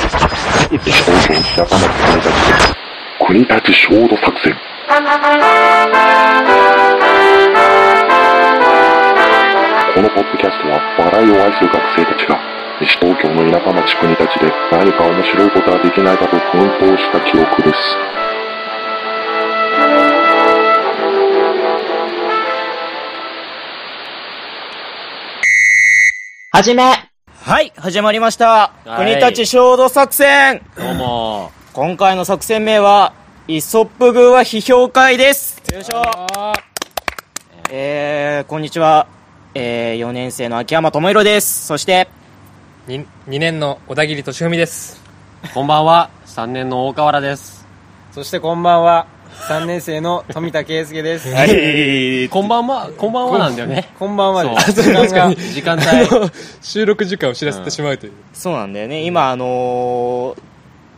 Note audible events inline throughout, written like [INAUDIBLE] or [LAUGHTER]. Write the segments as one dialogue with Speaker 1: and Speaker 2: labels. Speaker 1: 朝鮮したかの国立
Speaker 2: 国立焦土作戦このポッドキャストは笑いを愛する学生たちが西東京の田舎町国立で何か面白いことはできないかと奮闘した記憶です
Speaker 3: はじめ
Speaker 4: はい、始まりました。
Speaker 3: はい
Speaker 4: 国立衝動作戦。
Speaker 3: どうも
Speaker 4: 今回の作戦名は、イソップ軍は批評会です。よいしょ。えー、こんにちは。えー、4年生の秋山智弘です。そして、
Speaker 5: に2年の小田切俊文です
Speaker 3: こんばんは、3年の大河原です。
Speaker 6: そしてこんばんは、3年生の富田圭介です。
Speaker 3: [LAUGHS] こんばんは、こんばんはなんだよね。
Speaker 6: こんばんはです。
Speaker 3: そう
Speaker 6: 時間が
Speaker 3: 時間帯。
Speaker 5: 収録時間を知らせてしまうという、
Speaker 4: そうなんだよね。今、あのー、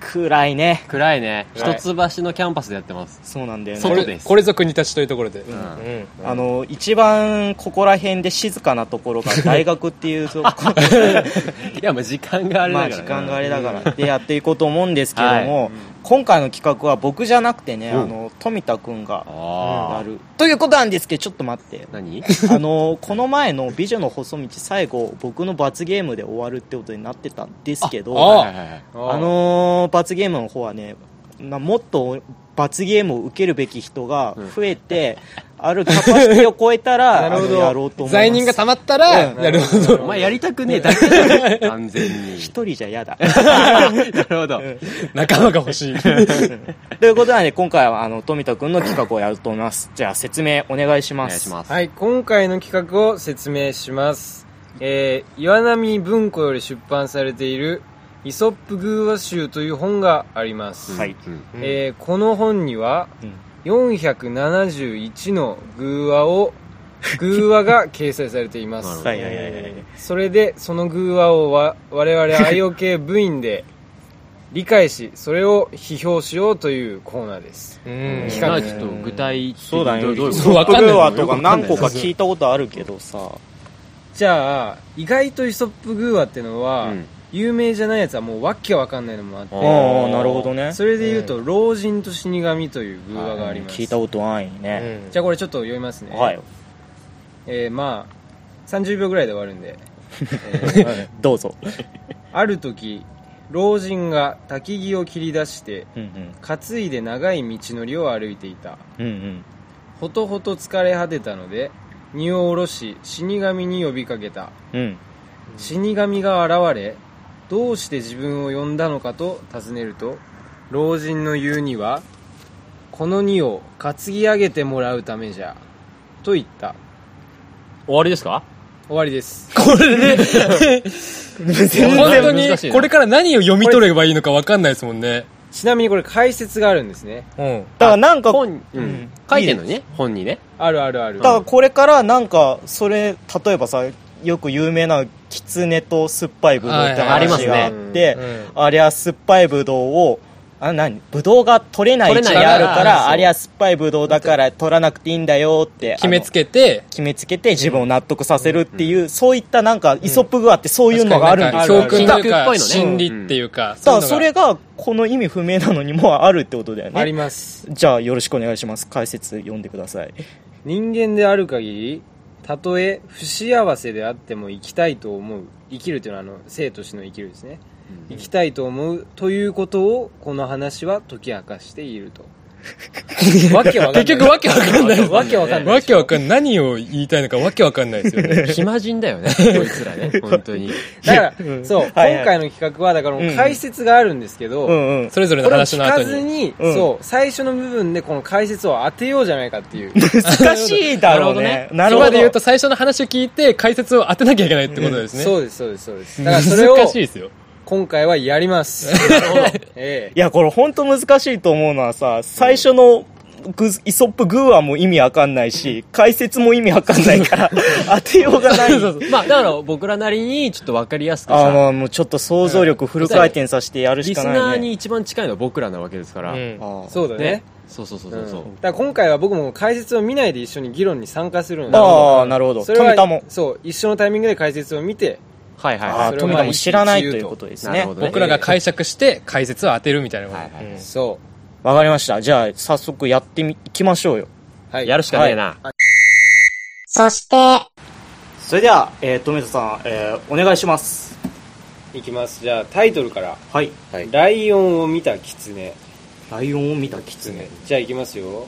Speaker 4: 暗いね。
Speaker 3: 暗い
Speaker 6: [LAUGHS]
Speaker 3: ね。
Speaker 6: 暗
Speaker 3: 一
Speaker 6: い
Speaker 3: 橋のキャンパスでやってます。
Speaker 4: そうなんだよね。
Speaker 3: そう
Speaker 5: こ
Speaker 3: で
Speaker 5: れ
Speaker 3: す
Speaker 5: これぞ国立というところで、
Speaker 3: うん
Speaker 4: あの一番ここら辺で静かなところが大学っていうとこ [LAUGHS]
Speaker 3: いや、もう時間があれ
Speaker 4: ま
Speaker 3: だか
Speaker 4: あ
Speaker 3: ら
Speaker 4: 時
Speaker 3: ね。
Speaker 4: 間があれだからでやっていこうと思うんですけども、今回の企画は僕じゃなくてね、あの富田君が
Speaker 3: あ
Speaker 4: やるということなんですけどちょっと待
Speaker 7: [LAUGHS]
Speaker 4: って
Speaker 3: あ。何
Speaker 4: あのこの前の「美女の細道」最後僕の罰ゲームで終わるってことになってたんですけど
Speaker 5: あ
Speaker 4: あ
Speaker 3: はいはいはい
Speaker 4: のー罰ゲームの方はねなもっと罰ゲームを受けるべき人が増えて、あるキャパシティを超えたらあ
Speaker 6: なる
Speaker 4: の
Speaker 6: ほど
Speaker 4: やろうと思います
Speaker 5: 罪人がたまったら、
Speaker 4: うん
Speaker 5: なるほど
Speaker 3: お前やりたくねえだけだろ、完全
Speaker 6: [LAUGHS]
Speaker 3: に。
Speaker 4: 一人じゃ嫌だ
Speaker 3: なるほど。
Speaker 5: 仲間が
Speaker 3: [LAUGHS]
Speaker 5: 欲しい
Speaker 4: ということなんで今回はあの富田君の企画をやると思いますじゃあ説明お願いし
Speaker 3: お
Speaker 4: ま
Speaker 3: 願い
Speaker 4: す
Speaker 3: します。
Speaker 6: はい、今回の企画を説明します。えー、岩波文庫より出版されている、イソップ偶話集という本があります。
Speaker 4: はい
Speaker 3: うん
Speaker 6: えー、この本には、471の偶話
Speaker 5: [LAUGHS]
Speaker 6: を、偶話が掲載されていま
Speaker 3: なる
Speaker 6: す
Speaker 3: ほ。ど
Speaker 4: はいはいはいはいはい
Speaker 6: それでその偶話をわ我々 IOK 部員で理解しそれを批評しようというコーナーです
Speaker 5: うん
Speaker 6: 企
Speaker 3: な
Speaker 6: 画
Speaker 3: んかちょっと具体的に
Speaker 4: そうだね。
Speaker 3: どどういう
Speaker 4: ソ
Speaker 3: こ
Speaker 4: フ
Speaker 5: わ
Speaker 4: ト
Speaker 5: かんない
Speaker 4: ウェアとか何個か聞いたことあるけどさ。
Speaker 6: じゃあ意外とイソップ偶話っての
Speaker 3: と
Speaker 6: は、
Speaker 3: うん
Speaker 6: 有名じゃないやつはもうわっけわかんないのも
Speaker 3: あ
Speaker 6: あっ
Speaker 4: あ
Speaker 6: て
Speaker 3: ー
Speaker 4: あ、なるほどね。
Speaker 6: それで言うと、老人と死神という偶話があります
Speaker 4: 聞いたことないね。
Speaker 6: じゃあこれちょっと読みますね
Speaker 4: はい。
Speaker 6: えーまあ30秒ぐらいで終わるんで、えー
Speaker 4: [LAUGHS] どうぞ。
Speaker 6: ある時老人が焚き木を切り出して
Speaker 4: うん
Speaker 6: 担いで長い道のりを歩いていた
Speaker 4: うん。うん
Speaker 6: ほとほと疲れ果てたので荷を下ろし死神に呼びかけた
Speaker 4: うん。うん。
Speaker 6: 死神が現れどうして自分を呼んだのかと尋ねると老人の言うにはこの荷を担ぎ上げてもらうためじゃと言った
Speaker 3: 終わりですか
Speaker 6: 終わりです
Speaker 5: これで本当に
Speaker 3: 難しいな
Speaker 5: これから何を読み取ればいいのか分かんないですもんね
Speaker 6: ちなみにこれ解説があるんですね
Speaker 5: うん
Speaker 4: だからなんか、だか
Speaker 3: 本、うん。書いてんのにね、本にね。
Speaker 6: あるあるある
Speaker 4: らこれからなんか、それ、例えばさ、よく有名な、キツネと酸っぱいブドウっ
Speaker 3: はい
Speaker 4: て
Speaker 3: はいありま
Speaker 4: 話
Speaker 3: す
Speaker 4: が
Speaker 3: ね
Speaker 4: あって
Speaker 5: うん、
Speaker 4: あれは酸っぱいブドウを、あ、なにブドウが取れない位置に
Speaker 3: 取れない
Speaker 4: あるか
Speaker 3: あー
Speaker 4: ら、
Speaker 3: そう
Speaker 4: あれは酸っぱいブドウだから取らなくていいんだよって。
Speaker 5: 決めつけて
Speaker 4: 決めつけて自分を納得させるっていう、そういったなんかイソップグアってそういうのがあるんですよ、
Speaker 5: 教訓という
Speaker 3: あるあ
Speaker 5: か
Speaker 3: る
Speaker 5: 心理っていうか、
Speaker 4: だ
Speaker 5: う
Speaker 4: か
Speaker 5: いうの
Speaker 4: ら
Speaker 5: が
Speaker 4: それがこの意味不明なのにもうあるってことだよ
Speaker 6: あり
Speaker 4: ね
Speaker 6: ます
Speaker 4: じゃあよろしくお願いします解説読んでください
Speaker 6: 人間である限りたとえ不幸せであっても生きたいと思う生きるというのはあの生と死の生きるですね、生きたいと思うということをこの話は解き明かしているとわけわかんない
Speaker 5: 結局わけわかんない
Speaker 6: わけわかんない
Speaker 5: わけわかんない何を言いたいのかわけわかんないです
Speaker 7: [LAUGHS]
Speaker 5: よね
Speaker 3: 暇人だよね、こいつらね。本当に。
Speaker 6: だからそう、
Speaker 4: はい
Speaker 6: 今回の企画はだからもう解説があるんですけど、
Speaker 4: うんうん
Speaker 5: それぞれ
Speaker 6: これ
Speaker 5: の
Speaker 6: を
Speaker 5: 話
Speaker 6: 聞
Speaker 5: の
Speaker 6: か
Speaker 5: 後
Speaker 6: ず
Speaker 5: に
Speaker 6: に、
Speaker 4: うん
Speaker 6: そう最初の部分でこの解説を当てようじゃないかっていう
Speaker 4: 難しいだろうね [LAUGHS] なる
Speaker 5: そ
Speaker 4: ほ
Speaker 5: こ
Speaker 4: ど
Speaker 5: まで言うと最初の話を聞いて解説を当てなきゃいけないってことですね、
Speaker 6: そうですそうですそうですだからそれを
Speaker 5: 難しいですよ
Speaker 6: 今回はやります。ええ
Speaker 4: いやこれ本当難しいと思うのはさ最初のグイソップグーアも意味わかんないし解説も意味わかんないから [LAUGHS] 当てようがない
Speaker 3: まあ、だから僕らなりにちょっと分かりやすく
Speaker 4: あー
Speaker 3: さ、
Speaker 4: まあもうちょっと想像力フル回転させてやるし
Speaker 3: リス
Speaker 4: かないね
Speaker 3: ナーに一番近いのは僕らなわけですから。
Speaker 5: うん
Speaker 4: あ
Speaker 6: そうだね
Speaker 3: ね。。そうそうそう
Speaker 6: う
Speaker 3: そ
Speaker 6: ん
Speaker 3: うそ
Speaker 6: だ
Speaker 3: う
Speaker 6: か。ら今回は僕も解説を見ないで一緒に議論に参加するので
Speaker 4: ああなるほど
Speaker 6: それは
Speaker 4: 富田も
Speaker 6: そう一緒のタイミングで解説を見て
Speaker 3: はいはい
Speaker 4: あ
Speaker 3: は
Speaker 4: あ
Speaker 6: そ
Speaker 3: い。
Speaker 6: れ
Speaker 4: 富田も知らないということです
Speaker 3: なる
Speaker 4: ね
Speaker 3: ほ。どね
Speaker 5: 僕らが解釈して解説を当てるみたいなこと。
Speaker 3: はいは
Speaker 4: うん
Speaker 3: い
Speaker 6: そ
Speaker 4: わかりました。じゃあ、早速やってみ、いきましょうよ。
Speaker 6: う。はい。
Speaker 3: やるしかねえな。
Speaker 1: そして、
Speaker 4: それでは、えー、富田さん、えー、お願いします。
Speaker 6: いきます。じゃあ、タイトルから。
Speaker 4: はい。
Speaker 6: ライオンを見た狐。
Speaker 4: ライオンを見た狐。
Speaker 6: じゃあ、いきますよ。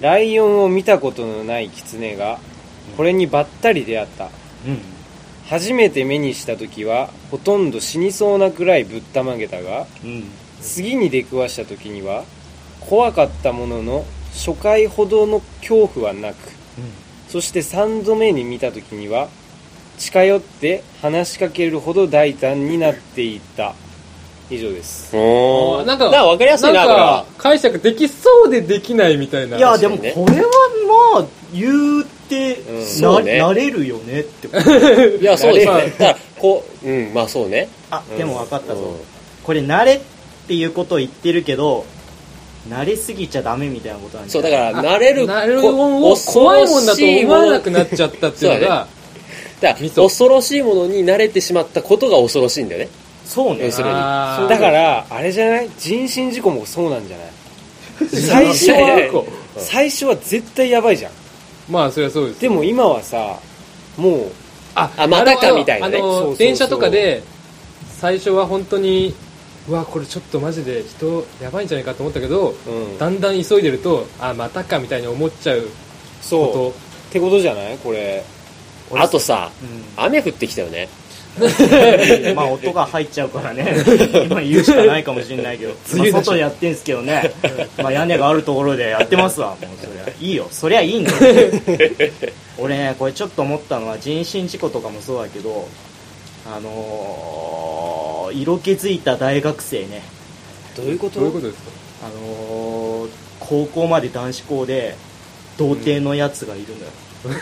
Speaker 6: ライオンを見たことのない狐が、これにばったり出会った。
Speaker 4: うん。
Speaker 6: 初めて目にした時は、ほとんど死にそうなくらいぶったまげたが、
Speaker 4: うん。
Speaker 6: 次に出くわした時には怖かったものの初回ほどの恐怖はなく、そして3度目に見た時には近寄って話しかけるほど大胆になっていった以上です
Speaker 5: おーなんか、
Speaker 7: なんか分かりやすいなこれは
Speaker 5: んか解釈できそうでできないみたい
Speaker 4: [LAUGHS]
Speaker 5: な。
Speaker 7: いや
Speaker 5: で
Speaker 7: で
Speaker 5: も。
Speaker 7: もこれ
Speaker 4: はまあ、言うて、
Speaker 6: ん
Speaker 7: そうね
Speaker 4: れるよねって。
Speaker 7: いやそうですねだからこううんまあそうね
Speaker 4: あ、でも分かった
Speaker 7: う
Speaker 4: ぞ
Speaker 7: ん。
Speaker 4: これ、慣れっていうことを言ってるけど、慣れすぎちゃダメみたいなことなんじ
Speaker 7: そ
Speaker 4: ゃ
Speaker 7: う
Speaker 4: な
Speaker 7: だ
Speaker 4: い
Speaker 7: から慣れる
Speaker 5: なるもんを怖いもんだと思わなくなっちゃったっていうのが、
Speaker 7: だから恐ろしいものに慣れてしまったことが恐ろしいんだよね
Speaker 4: そうね
Speaker 7: 要。するに
Speaker 5: あー
Speaker 6: だからあれじゃない人身事故もそうなんじゃない [LAUGHS] 最初
Speaker 7: いやいやいや
Speaker 6: は [LAUGHS] 最初は絶対やばいじゃん
Speaker 5: まあそりゃそうです
Speaker 6: でも今はさもう
Speaker 5: あ
Speaker 7: あまたか
Speaker 5: るほど
Speaker 7: みたいなね
Speaker 5: あの
Speaker 6: そうそうそう
Speaker 5: 電車とかで最初は本当にうわこれちょっとマジで人やばいんじゃないかと思ったけど、
Speaker 6: うん
Speaker 5: だんだん急いでるとあまたかみたいに思っちゃう
Speaker 6: そう
Speaker 5: こ
Speaker 6: ってことじゃないこれ
Speaker 7: あとさ、雨降ってきたよね
Speaker 4: まあ音が入っちゃうからね今言うしかないと思うかもしれないけど、まあ、外でやってんすけどね、まあ、屋根があるところでやってますわもうそりゃいいよそりゃいいんだよ俺ねこれちょっと思ったのは人身事故とかもそうだけどあのー、色気づいた大学生ね
Speaker 6: どういうこと
Speaker 5: とどういうことですか
Speaker 4: あのー、高校まで男子校で童貞のやつがいるの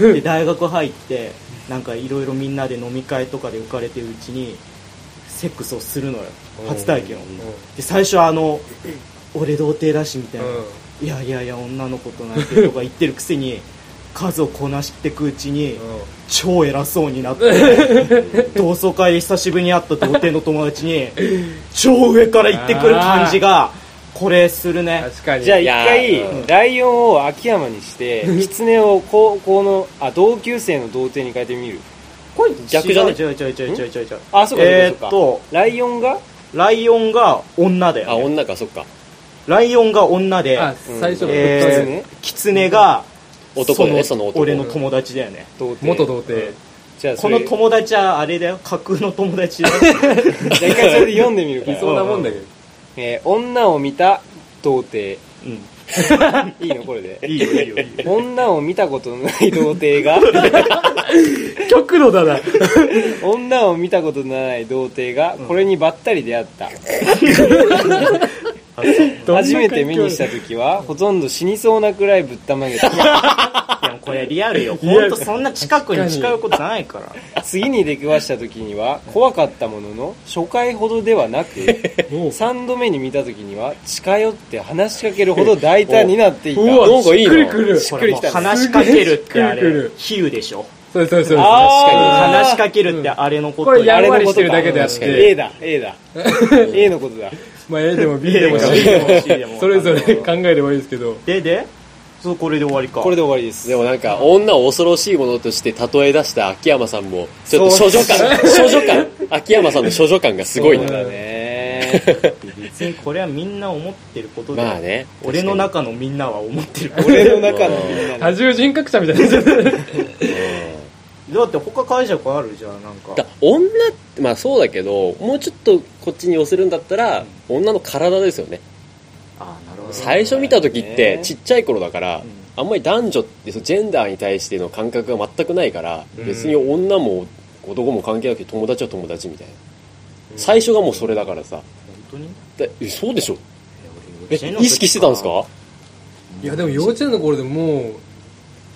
Speaker 4: よ、で大学入ってなんかいろいろみんなで飲み会とかで浮かれてるうちにセックスをするのよ初体験をで最初はあの俺童貞だしみたいな、いやいやいや女の子となんてとか言ってるくせに数をこなしていくうちに超偉そうになって同窓会で久しぶりに会った童貞の友達に超上から言ってくる感じがこれするね
Speaker 5: 確かに
Speaker 6: じゃあ一
Speaker 7: いや
Speaker 6: 回ライオンを秋山にして狐を高校のあ同級生の童貞に変えてみる
Speaker 4: これ
Speaker 7: 逆じゃない
Speaker 4: 違う違う違う違う違う違う違う
Speaker 6: あそうか
Speaker 4: え
Speaker 6: そう
Speaker 4: ー
Speaker 6: か
Speaker 4: っ
Speaker 6: そう
Speaker 4: と
Speaker 6: ライオンが
Speaker 4: ライオンが女だ
Speaker 7: あ
Speaker 4: よ、ね、
Speaker 7: 女かそっか
Speaker 4: ライオンが女で
Speaker 5: あ最初の、
Speaker 4: えー、キツネが
Speaker 7: 男だよねその男
Speaker 4: 俺の友達だよね
Speaker 6: 童貞
Speaker 5: 元童貞、
Speaker 6: じゃあ
Speaker 4: こ
Speaker 6: それ
Speaker 4: の友達はあれだよ架空の友達だよ
Speaker 6: じゃあ一回それで読んでみるか
Speaker 5: いそう
Speaker 6: ら、
Speaker 5: なもんだけど、
Speaker 6: えー女を見た童貞
Speaker 4: うん
Speaker 6: [LAUGHS] いいのこれで
Speaker 4: いいよいいよいいよ
Speaker 6: 女を見たことのない童
Speaker 4: [LAUGHS]
Speaker 6: 貞が
Speaker 5: 極度だな
Speaker 6: [LAUGHS] 女を見たことのない童貞がこれにばったり出
Speaker 4: [LAUGHS]
Speaker 6: 会った、初めて目にした時はほとんど死にそうなくらいぶったまげた
Speaker 4: でもこれリアルよ本当そんな近くに近寄ることないから
Speaker 6: 次に出くわした時には怖かったものの初回ほどでは
Speaker 5: [LAUGHS]
Speaker 6: なく3度目に見た時には近寄って話しかけるほど大胆になっていた
Speaker 7: なんかいい
Speaker 5: くる
Speaker 7: な
Speaker 5: くる
Speaker 6: しっ
Speaker 4: こ
Speaker 6: く
Speaker 4: れ
Speaker 6: り
Speaker 4: も
Speaker 6: き
Speaker 4: う
Speaker 6: た
Speaker 4: 話しかけるってあ
Speaker 5: くるく
Speaker 4: れ
Speaker 5: る
Speaker 4: 比喩でしょ
Speaker 5: そうですそうですそうです
Speaker 6: あー
Speaker 4: 話しかけるってあれのこと
Speaker 5: これや
Speaker 6: あ
Speaker 5: る
Speaker 6: れの
Speaker 5: わり
Speaker 6: こ
Speaker 5: し
Speaker 6: と
Speaker 5: てるだけであっ
Speaker 7: 確かに
Speaker 5: て
Speaker 6: A だ A だ A のことだ
Speaker 5: まあ A でも B
Speaker 4: で
Speaker 5: でも C
Speaker 4: で
Speaker 5: で
Speaker 4: も
Speaker 5: も
Speaker 4: C でも
Speaker 5: [LAUGHS] それぞれ考えればいいですけど
Speaker 4: ででそうこれで終わりか
Speaker 6: これで終わりです
Speaker 7: でもなんか女を恐ろしいものとして例え出した秋山さんもちょっと処女
Speaker 5: [LAUGHS]
Speaker 7: 感処女感秋山さんの処女感がすごい
Speaker 6: そう
Speaker 7: な
Speaker 6: だね
Speaker 4: 別にこれはみんな思ってることで、
Speaker 7: まあね
Speaker 4: 俺の中のみんなは思ってること
Speaker 6: 俺の中のみんな
Speaker 5: 多重人格者みたいな
Speaker 4: [LAUGHS] だって他解釈あるじゃんなんか
Speaker 7: だ女ってまあそうだけどもうちょっとこっちに寄せるんだったら女の体ですよね
Speaker 4: ああなるほど
Speaker 7: 最初見た時って
Speaker 6: ね
Speaker 7: ちっちゃい頃だから、あんまり男女ってそのジェンダーに対しての感覚が全くないから、別に女も男も関係なくて友達は友達みたいな、最初がもうそれだからさ
Speaker 4: 本当に
Speaker 7: だえそうでしょ
Speaker 4: 幼
Speaker 7: え
Speaker 4: 稚園の時
Speaker 7: 意識してたんですか
Speaker 5: いやでも幼稚園の頃でもう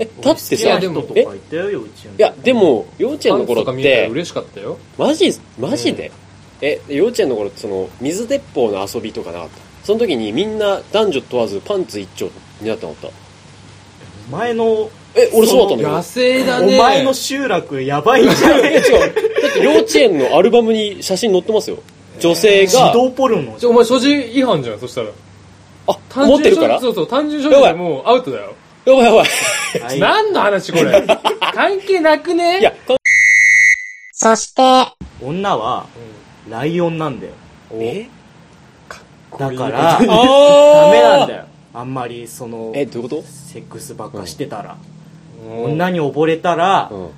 Speaker 7: えだって
Speaker 5: い
Speaker 7: さ
Speaker 5: や
Speaker 4: 好き
Speaker 5: で
Speaker 7: え
Speaker 4: な人
Speaker 5: も
Speaker 4: とかいたよ幼稚園
Speaker 7: いやでも幼稚園の頃
Speaker 5: パンツとか
Speaker 7: っ
Speaker 5: 見たら
Speaker 7: て
Speaker 5: 嬉しかったよ
Speaker 7: マジマジで、え幼稚園の頃ってその水鉄砲の遊びとかなかったその時にみんな男女問わずパンツ一丁になってなかった
Speaker 4: 前の
Speaker 7: え俺そうだったんだけど
Speaker 5: 野生だ
Speaker 4: お
Speaker 5: ね
Speaker 4: 前の集落やばいじゃん
Speaker 7: [LAUGHS] 違う。だって幼稚園のアルバムに写真載ってますよ。女性が
Speaker 4: 自、動ポルノ
Speaker 5: ちょお前所持違反じゃんそしたら
Speaker 7: あ、持ってるからや
Speaker 5: そ
Speaker 7: ば
Speaker 5: うそう単純所持でもうアウトだよ
Speaker 7: いやばい。
Speaker 4: はい
Speaker 5: 何の話これ関係なくね
Speaker 7: いや、こ
Speaker 1: そして、
Speaker 4: 女はライオンなんだよ
Speaker 7: え
Speaker 4: だからダ
Speaker 7: あ
Speaker 4: メなんだよあんまりその
Speaker 7: え、どういうこ
Speaker 4: セックスばっかしてたら、
Speaker 5: うん
Speaker 4: 女に溺れたら、
Speaker 7: と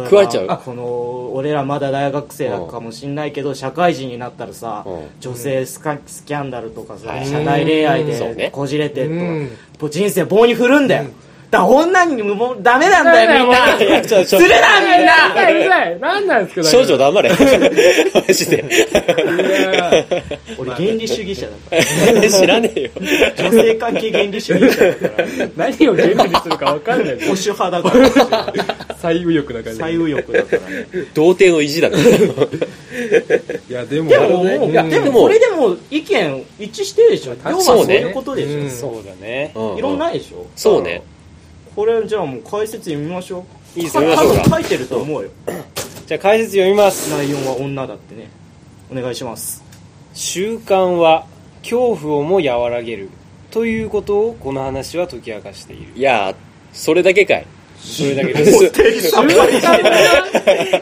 Speaker 4: 例
Speaker 7: ん。
Speaker 4: えば
Speaker 7: 食われちゃう
Speaker 4: あこの俺らまだ大学生だかもしんないけど、社会人になったらさ、
Speaker 7: うん
Speaker 4: 女性スカスキャンダルとかさ、
Speaker 7: はい
Speaker 4: 社内恋愛
Speaker 7: そ
Speaker 4: で
Speaker 7: うね
Speaker 4: こじれてと、
Speaker 5: うん
Speaker 4: ぽ人生棒に振るんだよ、だから女にもダメなんだよみんな
Speaker 7: いや、ちょ、ち
Speaker 4: す、
Speaker 7: ょ
Speaker 4: るな
Speaker 5: う
Speaker 4: みんな
Speaker 5: るさいうるさい何なんですか
Speaker 7: 少女黙れ。マジで。 [LAUGHS]
Speaker 5: だ
Speaker 4: 俺原理主義者だから
Speaker 7: 知らねえよ。
Speaker 4: 女性関係原理主義者だから
Speaker 5: 何をゲームにするか分かんない
Speaker 4: 保守派だから
Speaker 5: 最右翼な感じ
Speaker 4: 最右翼だからね
Speaker 7: 童貞の意地だから。
Speaker 5: いやでも
Speaker 4: でももういやで
Speaker 7: で
Speaker 4: も
Speaker 7: も
Speaker 4: これでも意見一致してるでしょ
Speaker 5: まあ
Speaker 4: 要は
Speaker 7: そ
Speaker 4: そうう
Speaker 7: ね
Speaker 4: いうことで
Speaker 5: うん
Speaker 4: し
Speaker 6: そうだね。
Speaker 7: う
Speaker 4: ょ
Speaker 7: ん
Speaker 4: いろんな。いでしょ
Speaker 7: そうね。
Speaker 4: これじゃあもう解説読みましょう
Speaker 6: いいですよ読みましょ
Speaker 4: 多
Speaker 6: う
Speaker 4: 分書いてると思うよ
Speaker 6: じゃあ解説読みます。
Speaker 4: 内容は女だってねお願いします
Speaker 6: 習慣は恐怖をも和らげるということをこの話は解き明かしている
Speaker 7: いや、それだけかい。
Speaker 6: それだけです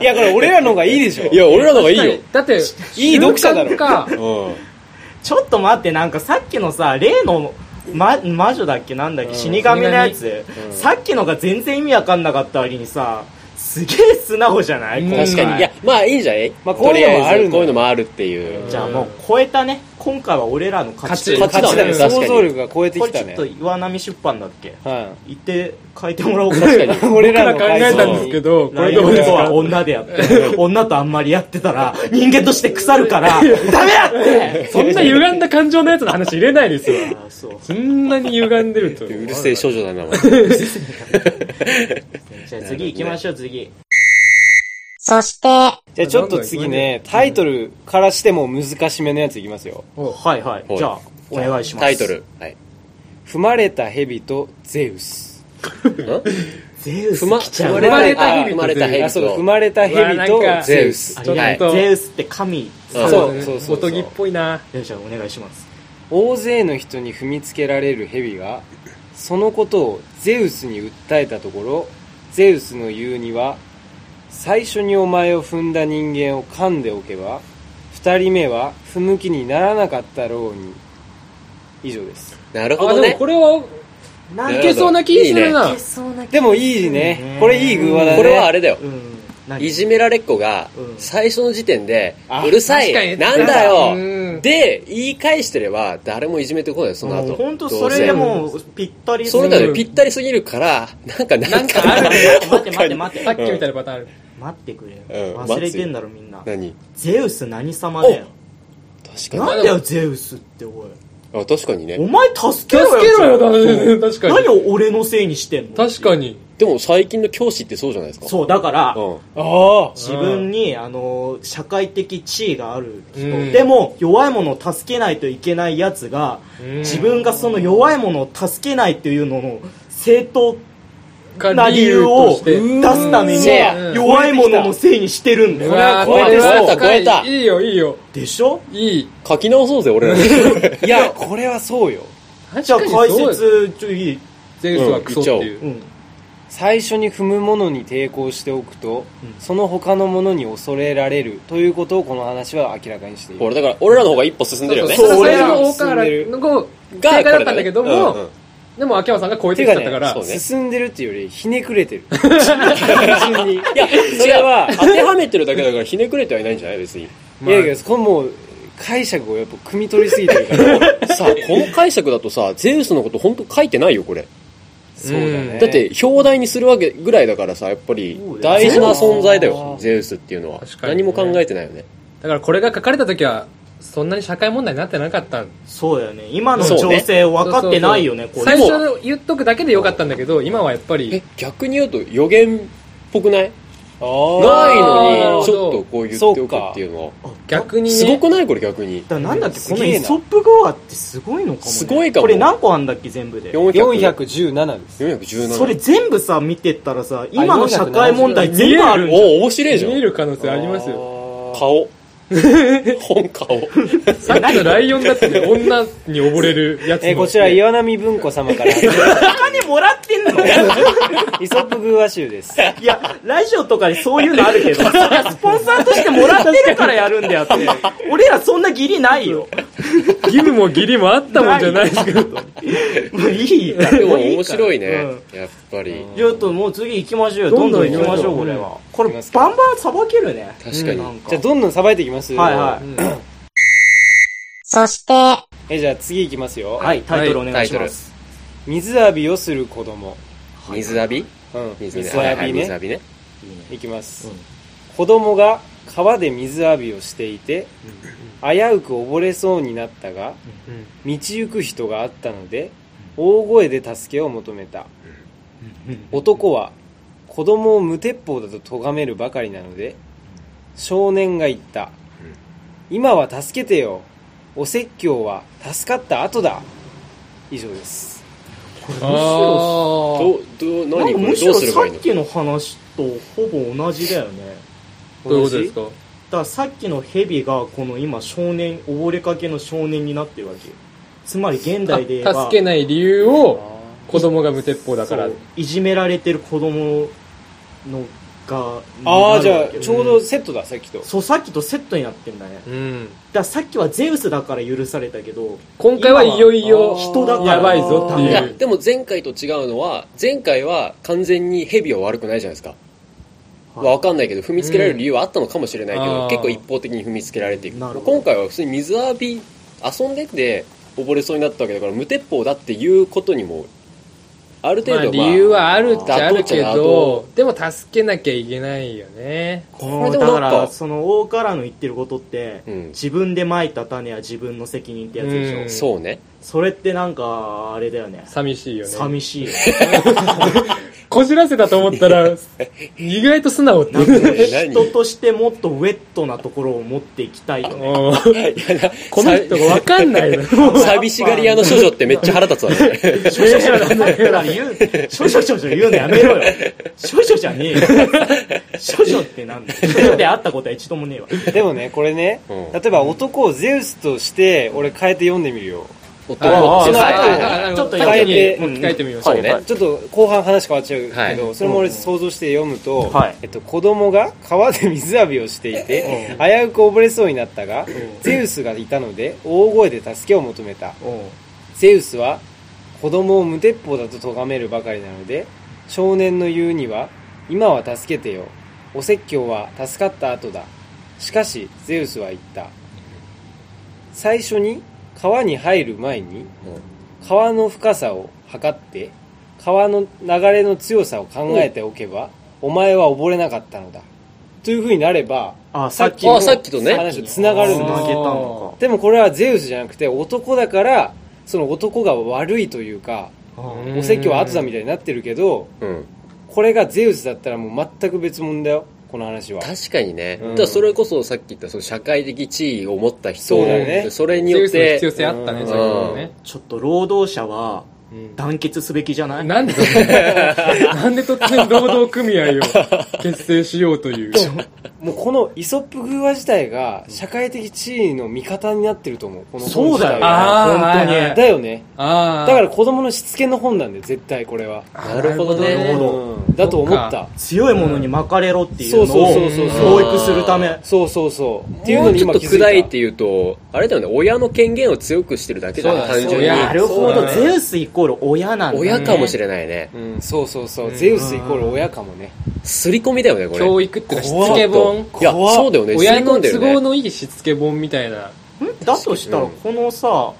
Speaker 6: いやこれ俺らの方がいいでしょ
Speaker 7: いや、俺らの方がいいよ。
Speaker 5: だって
Speaker 6: いい読者だろ
Speaker 5: 習慣か
Speaker 7: うん。
Speaker 4: [LAUGHS] ちょっと待ってなんかさっきのさ例のま、魔女だっけなんだっけ、死神のやつ、さっきのが全然意味わかんなかった割にさすげえ素直じゃない、
Speaker 5: うん
Speaker 4: 今回
Speaker 7: 確かに。いや、まあいいんじゃない
Speaker 6: まあこういうのもあるんだよ
Speaker 7: とりえずこういうのもあるっていう。
Speaker 4: じゃあもう超えたね今回は俺らの勝ち
Speaker 5: 勝
Speaker 7: ち勝ちだね確かに
Speaker 6: 想像力が超えて
Speaker 4: こ
Speaker 6: き
Speaker 4: れち
Speaker 6: た
Speaker 4: ょっ
Speaker 6: ね
Speaker 4: と岩波出版だっけ
Speaker 6: は
Speaker 4: 行って書いてもらおうか
Speaker 7: 確かに。
Speaker 6: い、俺ら
Speaker 5: ら
Speaker 6: の
Speaker 5: の
Speaker 6: 解
Speaker 5: 解
Speaker 6: 説
Speaker 5: 説
Speaker 7: 考えたんです
Speaker 5: けどこ
Speaker 4: ラ
Speaker 5: れ
Speaker 4: イ
Speaker 5: ど
Speaker 4: オ
Speaker 5: う
Speaker 4: ン
Speaker 5: です
Speaker 4: と
Speaker 5: か
Speaker 4: は女でや
Speaker 7: [LAUGHS]
Speaker 4: って女とあんまりやってたら人間として腐るからダメだって
Speaker 7: [LAUGHS]
Speaker 5: そんな歪んだ感情のやつの話入れないですよ
Speaker 4: あそう
Speaker 5: そんなに歪んでると
Speaker 7: うるせえ少女だな、お前
Speaker 4: じゃあ次行きましょう次
Speaker 1: そして、
Speaker 6: じゃあちょっと次ねタイトルからしても難しめのやついきますよ
Speaker 4: はいはい
Speaker 7: はい
Speaker 4: じゃあお願いします
Speaker 7: タイトル。はい。
Speaker 6: 踏まれた蛇とゼウス
Speaker 4: ゼウス
Speaker 7: 踏ま、
Speaker 4: 来ちゃ
Speaker 7: 踏
Speaker 4: う
Speaker 7: ま
Speaker 5: れ
Speaker 7: れ
Speaker 5: た
Speaker 7: たヘ生
Speaker 5: 蛇と
Speaker 7: まれたヘ
Speaker 6: あ
Speaker 7: ビ
Speaker 6: そうだ
Speaker 7: と
Speaker 6: 踏まれた
Speaker 5: うわ
Speaker 6: 蛇
Speaker 5: なん
Speaker 6: と
Speaker 5: か
Speaker 6: ゼウ
Speaker 7: あ
Speaker 6: ス
Speaker 7: れ
Speaker 5: ちょっと、
Speaker 7: はい
Speaker 4: ゼウスって神
Speaker 7: うん
Speaker 6: そうそうそう
Speaker 5: おとぎっぽいな
Speaker 4: よいしょお願いします
Speaker 6: 大勢の人に踏みつけられる蛇がそのことをゼウスに訴えたところゼウスの言うには最初にお前を踏んだ人間を噛んでおけば二人目は不向きにならなかったろうに以上です
Speaker 7: なるほ
Speaker 5: あ
Speaker 7: ど
Speaker 5: でも
Speaker 7: ね。
Speaker 5: これは
Speaker 4: なん
Speaker 7: い
Speaker 5: い
Speaker 4: か
Speaker 5: けそうな気するな
Speaker 6: でもいいねこれいい具合だね
Speaker 7: これはあれだよ
Speaker 4: う。ん何
Speaker 7: いじめられっ子が
Speaker 4: うん
Speaker 7: 最初の時点で
Speaker 6: あ、
Speaker 7: うるさ
Speaker 5: 確かに
Speaker 7: いなんだ
Speaker 5: う
Speaker 7: よ
Speaker 5: ん
Speaker 7: で、言い返してれば誰もいじめてこないよ、その
Speaker 4: も
Speaker 7: 後。
Speaker 4: う本当
Speaker 7: ど
Speaker 4: そう
Speaker 7: せ
Speaker 4: れでもうぴったり
Speaker 7: そうだ
Speaker 5: う
Speaker 7: ね、
Speaker 5: ん
Speaker 7: ぴったりすぎるから、なんか、なんか、
Speaker 5: なんかあるね
Speaker 4: 待って待って待っ
Speaker 5: さってきみたいなパターンある
Speaker 4: 待ってくれよ
Speaker 7: うん
Speaker 4: 忘れてんだろみんな
Speaker 7: [LAUGHS] 何
Speaker 4: ゼウス何様だよ
Speaker 7: 確か
Speaker 4: なんだよゼウスっておい
Speaker 7: に。あ、確かにね
Speaker 4: お。前助け
Speaker 5: 助
Speaker 4: ろよ
Speaker 5: けろよ
Speaker 4: じゃあ
Speaker 5: だ確か
Speaker 4: 何
Speaker 5: に
Speaker 4: を俺のせいにしてんの
Speaker 5: 確かに
Speaker 7: でも最近の教師ってそうじゃないですか。
Speaker 4: そうだから
Speaker 7: うん。
Speaker 6: あ
Speaker 4: 自分にあの社会的地位がある人、
Speaker 5: うん
Speaker 4: でも弱いものを助けないといけないやつが、
Speaker 5: うん
Speaker 4: 自分がその弱いものを助けないっていうのの正当な
Speaker 5: が
Speaker 4: 理由
Speaker 5: と
Speaker 4: を
Speaker 5: し
Speaker 4: 出
Speaker 5: て
Speaker 4: すため
Speaker 7: せや
Speaker 4: に弱いもののせいにしてるんだ
Speaker 5: う
Speaker 4: よ
Speaker 5: わー
Speaker 7: これは超えた
Speaker 5: 深い
Speaker 7: 超えた
Speaker 5: いいよいいよ
Speaker 4: でしょ
Speaker 5: いい
Speaker 7: 書き直そうぜ、俺ら。
Speaker 6: あいやこれはそうよ
Speaker 4: じゃあ
Speaker 5: 確か
Speaker 4: 解
Speaker 5: にそう
Speaker 4: 説ちょいい、、
Speaker 5: ゼウスはクソっていううん
Speaker 6: 最初に踏むものに抵抗しておくと、
Speaker 4: うん
Speaker 6: その他のものに恐れられるということをこの話は明らかにしている
Speaker 7: 俺、だから、俺らの方が一歩進んでるよね。
Speaker 5: そうそう
Speaker 4: 俺
Speaker 5: 最
Speaker 4: ら
Speaker 5: 初の
Speaker 4: も
Speaker 5: 大河原の子正
Speaker 7: が
Speaker 5: 解だったんだけど
Speaker 7: これねうんう
Speaker 5: も
Speaker 7: ん
Speaker 5: でも秋山さんが超え
Speaker 6: て
Speaker 5: て
Speaker 6: い
Speaker 5: き
Speaker 6: うか
Speaker 5: ちゃったから
Speaker 7: そうね
Speaker 6: ね進んでるっていうよりひねく
Speaker 7: [LAUGHS]
Speaker 6: れてる
Speaker 7: いや、それは当てはめてるだけだから、ひねくれてはいないんじゃない別に。
Speaker 6: いやいやこれもう解釈をやっぱ汲み取りすぎてるから
Speaker 7: さあ、この解釈だとさ、ゼウスのこと本当書いてないよ、これ。
Speaker 6: そうだね
Speaker 7: だって、表題にするわけぐらいだからさ、やっぱり
Speaker 4: そう、だよ
Speaker 7: 大事な存在だよ、ゼウスっていうのは
Speaker 5: 確。かに
Speaker 7: 何
Speaker 5: ね
Speaker 7: も考えてないよね。
Speaker 5: だからこれが書かれた時はそんなに社会問題になってなかった
Speaker 4: そうだよね今の
Speaker 7: そうね
Speaker 4: 情勢分かってないよね
Speaker 5: そう
Speaker 4: こ
Speaker 5: そ
Speaker 4: れ
Speaker 5: うそう最初言っとくだけでよかったんだけど今はやっぱり
Speaker 7: え、逆に言うと予言っぽくないない
Speaker 5: なる
Speaker 7: のに、
Speaker 5: ほど
Speaker 7: ちょっとこう言っておくっていうのは。
Speaker 5: 逆にね
Speaker 7: すごくないこれ逆に。
Speaker 4: だからなんだっけ
Speaker 6: す
Speaker 4: この
Speaker 6: げえな
Speaker 4: イソップゴアってすごいのかも、ね、
Speaker 7: すごいかも
Speaker 4: これ何個あんだっけ全部で
Speaker 7: 400
Speaker 6: 417です
Speaker 7: 417。
Speaker 4: それ全部さ見てったらさ今の社会問題全部あるんじゃん
Speaker 7: お面白いじゃ
Speaker 5: 見え
Speaker 7: ん。
Speaker 5: る可能性ありますよ
Speaker 4: [LAUGHS]
Speaker 7: 顔。本顔。
Speaker 5: さっきのライオンだってね女に溺れるやつ
Speaker 6: えーこちら岩波文庫
Speaker 7: [LAUGHS]
Speaker 6: 様から
Speaker 4: お金もらってん [LAUGHS] の
Speaker 6: イソップグーア集です
Speaker 4: いやラジオとかでそういうのあるけどそれはスポンサーとしてもらってるからやるんであって俺らそんな義理ないよ
Speaker 5: 義務も義理もあったもんじゃな
Speaker 4: [LAUGHS]
Speaker 5: いですけど
Speaker 4: もういいから
Speaker 7: でも
Speaker 4: もうい
Speaker 7: 面
Speaker 4: いから
Speaker 7: 白いね
Speaker 4: うん。
Speaker 7: やっぱり。
Speaker 4: ちょっともう次行きましょうよどんどん行きましょうこれはこれバンバンさばけるね
Speaker 7: 確かに。
Speaker 4: なんか
Speaker 6: じゃあどんどんさばいていきます
Speaker 4: はいはい
Speaker 1: そして、
Speaker 6: えーじゃあ次いきますよ、
Speaker 4: はいタイトルお願いし
Speaker 7: タ
Speaker 4: ま
Speaker 7: イト
Speaker 4: す
Speaker 6: 水浴びをする子供
Speaker 7: 水浴び
Speaker 6: うん
Speaker 7: 水浴
Speaker 6: 水
Speaker 7: びね。はい
Speaker 6: 浴
Speaker 7: はい
Speaker 6: び
Speaker 7: 水
Speaker 6: ね
Speaker 7: 浴びね。
Speaker 6: いきます、
Speaker 4: うん
Speaker 6: 子供が川で水浴びをしていて、危うく溺れそうになったが、道行く人があったので大声で助けを求めた、男は子供を無鉄砲だと咎めるばかりなので少年が言った、今は助けてよお説教は助かった後だ以上です
Speaker 5: あー
Speaker 7: どう、どう、
Speaker 4: なん
Speaker 7: 何
Speaker 4: か
Speaker 7: こ
Speaker 4: む
Speaker 7: れ
Speaker 4: し
Speaker 7: どう
Speaker 4: ろ
Speaker 7: すれ
Speaker 4: さ
Speaker 7: ばいい
Speaker 4: っ
Speaker 7: の
Speaker 4: きの話とほぼ同じだよね
Speaker 5: どういうことですか
Speaker 4: だからさっきのヘビがこの今少年溺れかけの少年になってるわけよつまり現代で言えば
Speaker 5: あ助けない理由を子供が無鉄砲だから
Speaker 4: そういじめられてる子供のが
Speaker 6: ああ
Speaker 4: に
Speaker 6: じ
Speaker 4: なるわ
Speaker 6: ゃあ
Speaker 4: けよ
Speaker 6: ちょうどセットださっきと
Speaker 4: そうさっきとセットになってんだねだか
Speaker 5: うん
Speaker 4: らさっきはゼウスだから許されたけど
Speaker 5: 今回はいよいよ
Speaker 4: 人だから
Speaker 5: やばいぞって
Speaker 7: いや、
Speaker 5: いう
Speaker 7: でも前回と違うのは、前回は完全に蛇は悪くないじゃないですか。
Speaker 4: はい
Speaker 7: わかんないけど、踏みつけられる理由はあったのかもしれないけ
Speaker 5: うん
Speaker 7: ど、
Speaker 5: あー
Speaker 7: 結構一方的に踏みつけられていく。
Speaker 4: なるほど
Speaker 7: 今回は普通に水浴び、遊んでて溺れそうになったわけだから、無鉄砲だっていうことにも、ある程
Speaker 5: まあ
Speaker 7: 度、
Speaker 5: 理由はあるっちゃあ
Speaker 7: 妥当
Speaker 5: るけ
Speaker 7: っちゃ妥当
Speaker 5: どでも助けなきゃいけないよね
Speaker 7: これで
Speaker 4: だ
Speaker 7: も
Speaker 4: か
Speaker 7: なん
Speaker 4: ら
Speaker 7: か、
Speaker 4: その大からの言ってることって、
Speaker 7: うん
Speaker 4: 自分で蒔いた種は自分の責任ってやつでしょ、
Speaker 5: うん
Speaker 7: そうね。
Speaker 4: それってなんかあれだよね
Speaker 5: 寂しいよね
Speaker 4: 寂しいよね
Speaker 5: こじらせたと思ったら意外と素直って
Speaker 4: なん
Speaker 5: いう [LAUGHS]
Speaker 4: かね
Speaker 7: 何
Speaker 4: 人としてもっとウェットなところを持っていきたいよね。
Speaker 5: うんこの人がわかんないの
Speaker 7: 寂しがり屋の処女ってめっちゃ腹立つわね。
Speaker 4: 少々少々だから言う、少々少々言うのやめろよ。少々じゃねえよ。少々ってなんだよ少々で会ったことは一度もねえわ。
Speaker 6: でもねこれね、
Speaker 7: うん
Speaker 6: 例えば男をゼウスとして俺変えて読んでみるよ
Speaker 7: 夫は
Speaker 5: [LAUGHS] あ
Speaker 7: 夫
Speaker 5: ー
Speaker 7: はいはい
Speaker 5: あ
Speaker 7: はい
Speaker 5: ーなるほど
Speaker 4: ちょっと
Speaker 5: 変えて
Speaker 4: うん
Speaker 5: 書いてみましょ
Speaker 7: そううね。
Speaker 6: ちょっと後半話変わっちゃうけど、
Speaker 7: はい
Speaker 6: それも俺想像して読むと、
Speaker 4: はい
Speaker 6: えっと、子供が川で水浴びをしていて、危うく溺れそうになったが、ゼウスがいたので大声で助けを求めたゼウスは子供を無鉄砲だと咎めるばかりなので少年の言うには今は助けてよお説教は助かった後だしかしゼウスは言った最初に川に入る前に川の深さを測って川の流れの強さを考えておけばお前は溺れなかったのだというふうになれば
Speaker 4: あ、さっき
Speaker 7: あ
Speaker 4: の
Speaker 7: ーさっきとね
Speaker 6: 話とつながるん
Speaker 4: つ
Speaker 6: で
Speaker 4: な
Speaker 6: す
Speaker 4: げたの
Speaker 6: でもこれはゼウスじゃなくて男だからその男が悪いというか
Speaker 4: か。あ
Speaker 5: うん
Speaker 6: お説教は後だみたいになってるけど
Speaker 7: うん。
Speaker 6: これがゼウスだったらもう全く別物だよこの話は
Speaker 7: 確かにね。
Speaker 6: うん
Speaker 7: だからそれこそさっき言ったその社会的地位を持った人
Speaker 6: そうだよね
Speaker 7: それに
Speaker 5: ゼ
Speaker 7: よ
Speaker 5: ウ
Speaker 7: っ
Speaker 5: スの必要
Speaker 7: て、
Speaker 5: 性あったね
Speaker 6: うん
Speaker 5: 先ほどね
Speaker 4: ちょっと労働者は
Speaker 6: うん
Speaker 4: 団結すべきじゃない
Speaker 5: なんで [LAUGHS] 突然なんで突然労働組合を結成しようという
Speaker 6: もうこのイソップ寓話自体が社会的地位の味方になってると思うこの本
Speaker 4: そうだよね。
Speaker 6: 自体が
Speaker 5: あー
Speaker 4: 本当
Speaker 5: はい
Speaker 4: に
Speaker 5: は。い
Speaker 6: だよね
Speaker 5: ああ
Speaker 6: だから子供のしつけの本なんで絶対これは
Speaker 7: なるほどね
Speaker 5: なるほど
Speaker 6: うんだと思った
Speaker 4: 強いものに巻かれろっていうのを
Speaker 6: そうそうそうそう
Speaker 4: 教育するため。
Speaker 6: そうそうそうっていう
Speaker 7: も
Speaker 6: の
Speaker 7: う
Speaker 6: に
Speaker 7: ちょ
Speaker 6: 今
Speaker 7: っと
Speaker 6: 気づいた
Speaker 7: 砕いて言うと、あれだよね、親の権限を強くしてるだけじゃん、
Speaker 5: そうだね
Speaker 7: 単純に。
Speaker 5: 親
Speaker 4: なるほ
Speaker 5: そう
Speaker 4: ど、
Speaker 5: だね
Speaker 4: ゼウスイコール親なんだ。
Speaker 7: 親かもしれないね。
Speaker 6: うんそうそうそうゼウスイコール親かもね
Speaker 7: すり込みだよね、これ。
Speaker 5: 教育っていうかしつけ本
Speaker 7: いや、そうだよね、すり
Speaker 5: 親
Speaker 7: 込
Speaker 5: の
Speaker 7: んで
Speaker 5: 都
Speaker 7: る
Speaker 5: 合
Speaker 7: ね。
Speaker 5: のいいしつけ本みたいな
Speaker 4: だとしたら
Speaker 7: うん
Speaker 4: このさ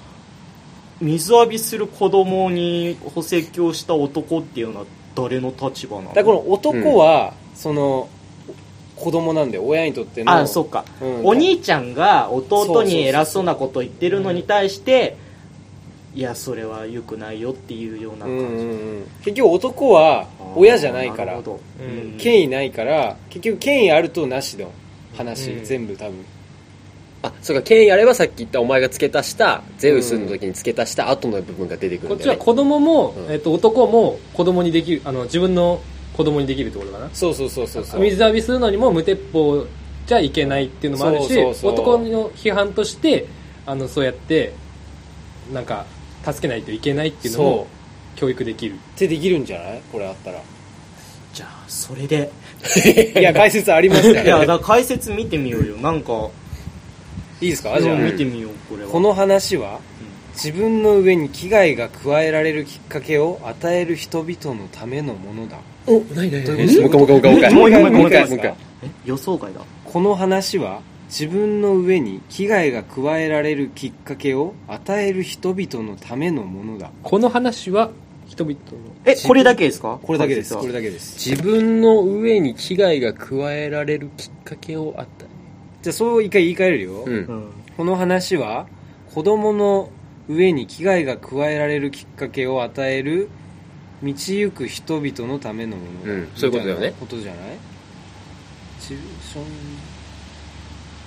Speaker 4: 水浴びする子供に補正教した男っていうのは誰の立場なの
Speaker 6: だからこの男は、その子供なんだよ親にとっての
Speaker 4: あそっか、
Speaker 6: うん
Speaker 4: お兄ちゃんが弟に偉そうなことを言ってるのに対していやそれは良くないよっていうような
Speaker 6: うんうん
Speaker 4: 感
Speaker 6: うん結局男は
Speaker 4: じ、
Speaker 6: 親じゃないか
Speaker 4: な
Speaker 6: ら
Speaker 4: るほど
Speaker 5: うん
Speaker 4: うん
Speaker 6: 権威ないから結局権威あるとなしの話、
Speaker 5: うん
Speaker 6: 全部多分
Speaker 7: あそうか権威あればさっき言ったお前が付け足したゼウスの時に付け足した後の部分が出てくる
Speaker 5: こっ
Speaker 7: んだ
Speaker 5: ち
Speaker 7: よ
Speaker 5: は
Speaker 7: ね
Speaker 5: 子供も、
Speaker 7: うん
Speaker 5: えっと、男も子供にできるあの自分の子供にできるってことかな
Speaker 6: そうそうそうそうそう
Speaker 5: 水浴びするのにも無鉄砲じゃいけないっていうのもある
Speaker 6: そ
Speaker 5: し
Speaker 6: うそうそう
Speaker 5: 男の批判としてあのそうやってなんか助けないといけないっていうの
Speaker 6: そ
Speaker 5: も教育できる
Speaker 6: うってできるんじゃないこれあったら
Speaker 4: じゃあそれ
Speaker 6: [LAUGHS]
Speaker 4: で
Speaker 6: いや解説あります
Speaker 4: いや
Speaker 6: よ
Speaker 4: だから解説見てみようよなんか
Speaker 6: いいですかじゃあ、
Speaker 4: うん見てみようこれは
Speaker 6: この話は自分の上に危害が加えられるきっかけを与える人々のためのものだ
Speaker 7: おないない
Speaker 6: どう
Speaker 7: もう
Speaker 6: い
Speaker 7: 一
Speaker 6: う
Speaker 7: 回もう一回もう一回
Speaker 6: もう一回
Speaker 7: もう一回も
Speaker 6: もう
Speaker 7: う
Speaker 6: 一
Speaker 7: 一
Speaker 6: 回
Speaker 7: 回
Speaker 4: え予想外だ
Speaker 6: この話は自分の上に危害が加えられるきっかけを与える人々のためのものだ
Speaker 5: この話は人々の
Speaker 4: えこれだけですか
Speaker 6: これだけです
Speaker 4: 解
Speaker 6: こ
Speaker 4: 説
Speaker 6: れ
Speaker 4: は
Speaker 6: だけです
Speaker 7: 自分の上に危害が加えられるきっかけを与
Speaker 6: じゃあそう一回言い換えるよ、
Speaker 7: えうん
Speaker 4: うん
Speaker 6: この話は子供の上に危害が加えられるきっかけを与える道行く人々のためのものだ、
Speaker 7: うんそういうことだよね
Speaker 6: みたなことじゃないチュ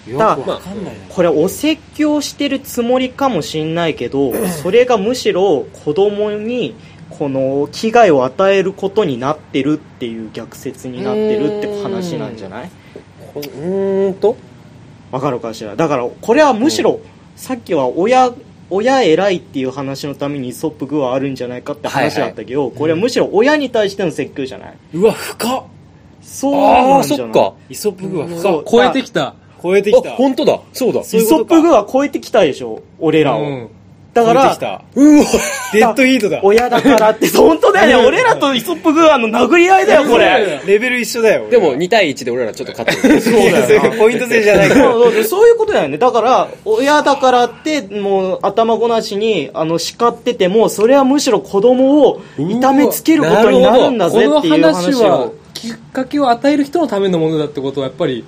Speaker 6: ションよ
Speaker 4: だ
Speaker 6: くわかんないな、
Speaker 4: これお説教してるつもりかもしんないけどそれがむしろ子供にこの危害を与えることになってるっていう逆説になってるって話なんじゃない
Speaker 7: こうーんと
Speaker 4: わかるかしらだからこれはむしろ、さっきは親親偉いっていう話のためにイソップグはあるんじゃないかって話だったけど、これはむしろ親に対しての説教じゃない、
Speaker 6: うわ深っ
Speaker 4: そう
Speaker 7: あ
Speaker 4: な
Speaker 7: あ
Speaker 4: んじ
Speaker 7: そ
Speaker 4: ゃない
Speaker 7: っか
Speaker 6: イソップグは
Speaker 4: そ
Speaker 6: 深
Speaker 4: う
Speaker 6: っ
Speaker 5: 超えてきた
Speaker 6: 超えて
Speaker 7: あ
Speaker 6: きた
Speaker 7: 本当だそうだ
Speaker 6: そう
Speaker 4: イ
Speaker 6: いうこ
Speaker 4: ソッ
Speaker 6: とか
Speaker 4: プグは超えてきたでしょ俺らを、
Speaker 5: うん
Speaker 4: だか
Speaker 6: 超えて
Speaker 4: ら
Speaker 6: きたうわデッドヒートだ
Speaker 4: 親だからって [LAUGHS] 本当だよね俺らとイソップグはの殴り合いだよこれ
Speaker 6: レベル一緒だよ
Speaker 7: でも2対1で俺らちょっと勝って
Speaker 4: [LAUGHS]
Speaker 7: る
Speaker 4: そうだよな
Speaker 6: ポイント制じゃないから
Speaker 4: そうそうそういうことだよねだから親だからってもう頭ごなしにあの叱っててもそれはむしろ子供を痛めつけることになるんだ
Speaker 5: こ
Speaker 4: ぜ
Speaker 5: の
Speaker 4: っていう
Speaker 5: 話
Speaker 4: 話
Speaker 5: は
Speaker 4: を
Speaker 5: きっかけを与える人のためのものだってことはやっぱり